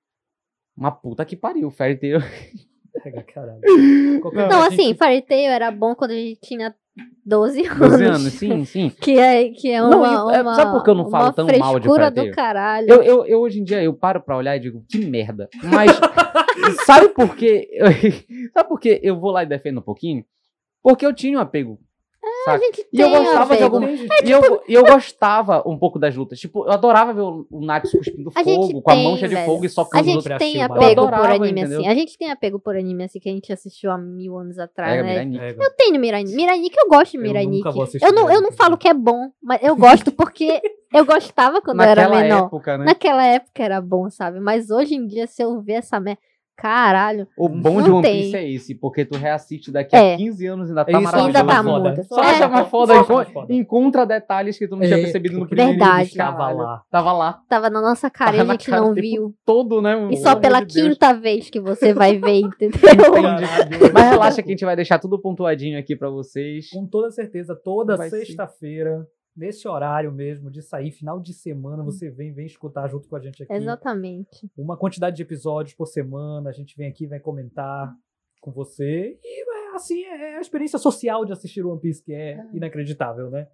S2: Uma puta que pariu, Fairy Tail.
S1: Pega, caralho. Qualquer
S3: Não,
S1: coisa,
S3: assim, Fairy Tail era bom quando a gente tinha 12 anos.
S2: 12 anos, sim, sim.
S3: Que é, que é
S2: Não,
S3: uma,
S2: e eu- é,
S3: uma
S2: sabe por que eu não
S3: uma
S2: falo tão mal de
S3: frescura
S2: Fairy
S3: do
S2: Tail?
S3: caralho.
S2: Eu, eu, eu, hoje em dia, eu paro pra olhar e digo, que merda. Mas, sabe por quê? sabe por quê eu vou lá e defendo um pouquinho? Porque eu tinha um apego.
S3: a
S2: saca?
S3: gente
S2: E eu
S3: tem
S2: gostava de
S3: apego.
S2: algum. E
S3: tipo
S2: eu, e eu gostava um pouco das lutas. Tipo, eu adorava ver o o Natsu cuspindo
S3: A gente
S2: fogo, com a mão
S3: tem,
S2: cheia de
S3: velho.
S2: fogo e
S3: A
S2: socando os
S3: gente
S2: outros.
S1: outro
S3: tem
S1: filme,
S2: eu
S3: apego por
S2: adorava,
S3: anime
S2: entendeu?
S3: assim. A gente tem apego por anime assim que a gente assistiu há mil anos atrás,
S2: É,
S3: né?
S2: Mirai Nikki.
S1: Pega.
S3: Eu tenho Mirai Mirai que eu gosto de
S1: Eu
S3: Mirai
S1: nunca vou
S3: Nikki.
S1: assistir
S3: Eu não, eu
S1: Mirai
S3: não
S1: Nikki.
S3: falo que é bom, mas eu gosto porque eu gostava quando eu era
S2: Naquela
S3: menor.
S2: época, né?
S3: Naquela época era bom, sabe? Mas hoje em dia, se eu ver essa merda. Caralho.
S2: O bom de
S3: Não
S2: One
S3: tem.
S2: Piece é esse, porque tu reassiste daqui a
S3: É.
S2: 15 anos e ainda tá
S1: É isso,
S2: maravilhoso.
S3: Ainda tá
S1: foda.
S3: muda.
S2: Só
S3: É.
S2: acha mais foda,
S1: Só acha
S2: enco-
S1: mais foda.
S2: encontra detalhes que tu não tinha
S1: É,
S2: percedo no
S1: porque-
S2: primeiro
S3: Verdade.
S2: caralho.
S1: Tava lá.
S2: Tava lá
S3: Tava na nossa cara e a
S2: Tava na
S3: gente
S2: cara
S3: não
S2: o tempo
S3: viu.
S2: todo, né?
S3: E
S2: meu
S3: só
S2: amor
S3: pela
S2: de Deus.
S3: quinta vez que você vai ver, entendeu?
S1: Caralho.
S2: Mas relaxa que a gente vai deixar tudo pontuadinho aqui pra vocês.
S1: Com toda certeza, toda
S2: Vai ser.
S1: sexta-feira, nesse horário mesmo de sair, final de semana, você vem, vem escutar junto com a gente aqui.
S3: Exatamente.
S1: Uma quantidade de episódios por semana, a gente vem aqui, vai comentar com você. E é, assim, é a experiência social de assistir One Piece que é inacreditável, né?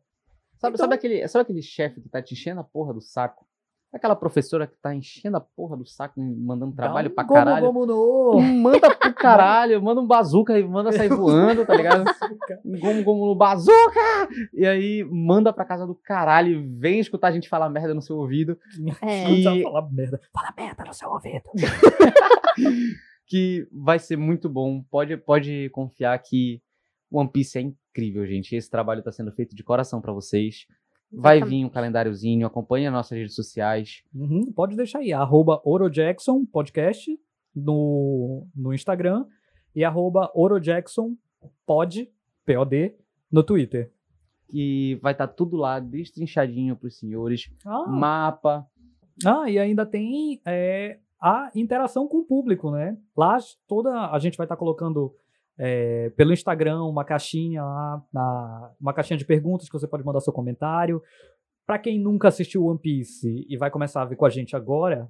S2: Sabe,
S1: Então-
S2: sabe aquele, sabe aquele chefe que tá te enchendo a porra do saco? Aquela professora que tá enchendo a porra do saco, hum, mandando trabalho
S1: Dá um
S2: pra
S1: gomo,
S2: caralho. Hum,
S1: gomo no-
S2: Manda pro caralho, manda um bazuca e manda sair voando, tá ligado? Um Gomo, gomo no bazuca! E aí manda pra casa do caralho e vem escutar a gente falar merda no seu ouvido.
S3: É.
S1: Quando você
S2: E-
S1: vai falar merda. Fala merda no seu ouvido.
S2: Que vai ser muito bom. Pode, pode confiar que One Piece é incrível, gente. Esse trabalho tá sendo feito de coração pra vocês. Vai vir um calendáriozinho, acompanha nossas redes sociais.
S1: Uhum, pode deixar aí, arroba Orojackson Podcast. no, no Instagram e arroba orojacksonpod, P-O-D, no Twitter.
S2: Que vai estar tudo lá destrinchadinho pros senhores.
S3: Oh.
S1: Ah,
S2: Mapa.
S1: Ah, e ainda tem é, a interação com o público, né? Lá toda a gente vai estar colocando é, pelo Instagram uma caixinha lá, na- uma caixinha de perguntas que você pode mandar seu comentário. Pra quem nunca assistiu One Piece e vai começar a ver com a gente agora,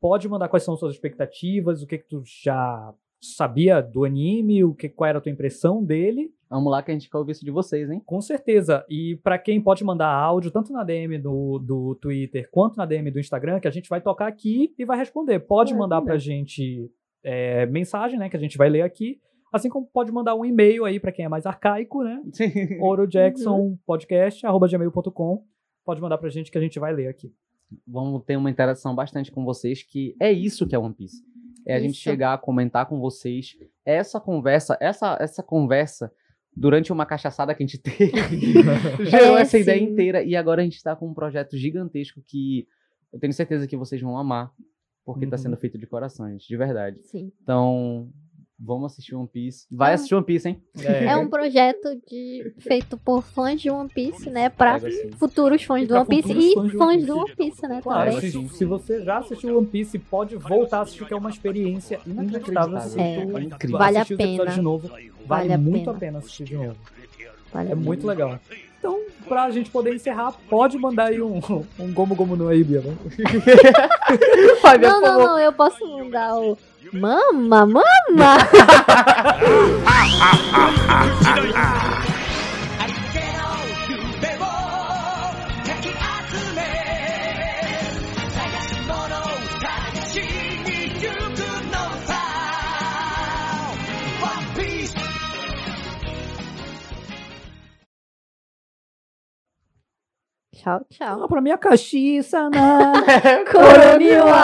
S1: pode mandar quais são suas expectativas, o que, que tu já sabia do anime, o que qual era a tua impressão dele.
S2: Vamos lá que a gente quer ouvir isso de vocês, hein?
S1: Com certeza. E pra quem pode mandar áudio, tanto na DM do, do Twitter quanto na DM do Instagram, que a gente vai tocar aqui e vai responder. Pode
S2: Vai
S1: mandar pra gente é, mensagem, né? Que a gente vai ler aqui. Assim como pode mandar um e-mail aí pra quem é mais arcaico, né? orojacksonpodcast.gmail.com Pode mandar pra gente que a gente vai ler aqui.
S2: Vamos ter uma interação bastante com vocês, que é isso que é One Piece. É a gente
S3: Isso.
S2: chegar a comentar com vocês essa conversa, essa, essa conversa durante uma cachaçada que a gente teve, gerou
S3: É,
S2: essa ideia
S3: sim.
S2: inteira e agora a gente está com um projeto gigantesco que eu tenho certeza que vocês vão amar, porque está
S1: Uhum.
S2: sendo feito de coração, gente, de verdade.
S3: Sim.
S2: Então, vamos assistir One Piece. Vai
S3: É um-
S2: assistir One Piece, hein?
S3: É um projeto de, feito por fãs de One Piece, né? Pra
S2: Pega assim.
S3: futuros fãs do
S1: Pra
S3: One Piece
S1: futuros
S3: e
S1: fãs de One Piece.
S3: fãs do One Piece, né?
S1: Claro,
S3: Também.
S1: se, se você já assistiu One Piece, pode voltar a assistir, que é uma experiência inacreditável. Se tu
S3: É,
S2: incrível.
S1: assistir
S3: Vale a
S1: os
S3: pena.
S1: episódios de novo, vale,
S3: Vale a
S1: muito
S3: pena.
S1: a pena assistir de novo.
S3: Vale
S1: É
S3: a pena.
S1: muito legal. Então, pra gente poder encerrar, pode mandar aí um, um gomo gomo no aí, Bia. né?
S2: Vai, Bia,
S3: Não,
S2: por
S3: não,
S2: favor.
S3: não, eu posso mudar o. Mama, mama! Tchau, tchau.
S1: Ah, pra minha castiça, na
S3: Coroniwa!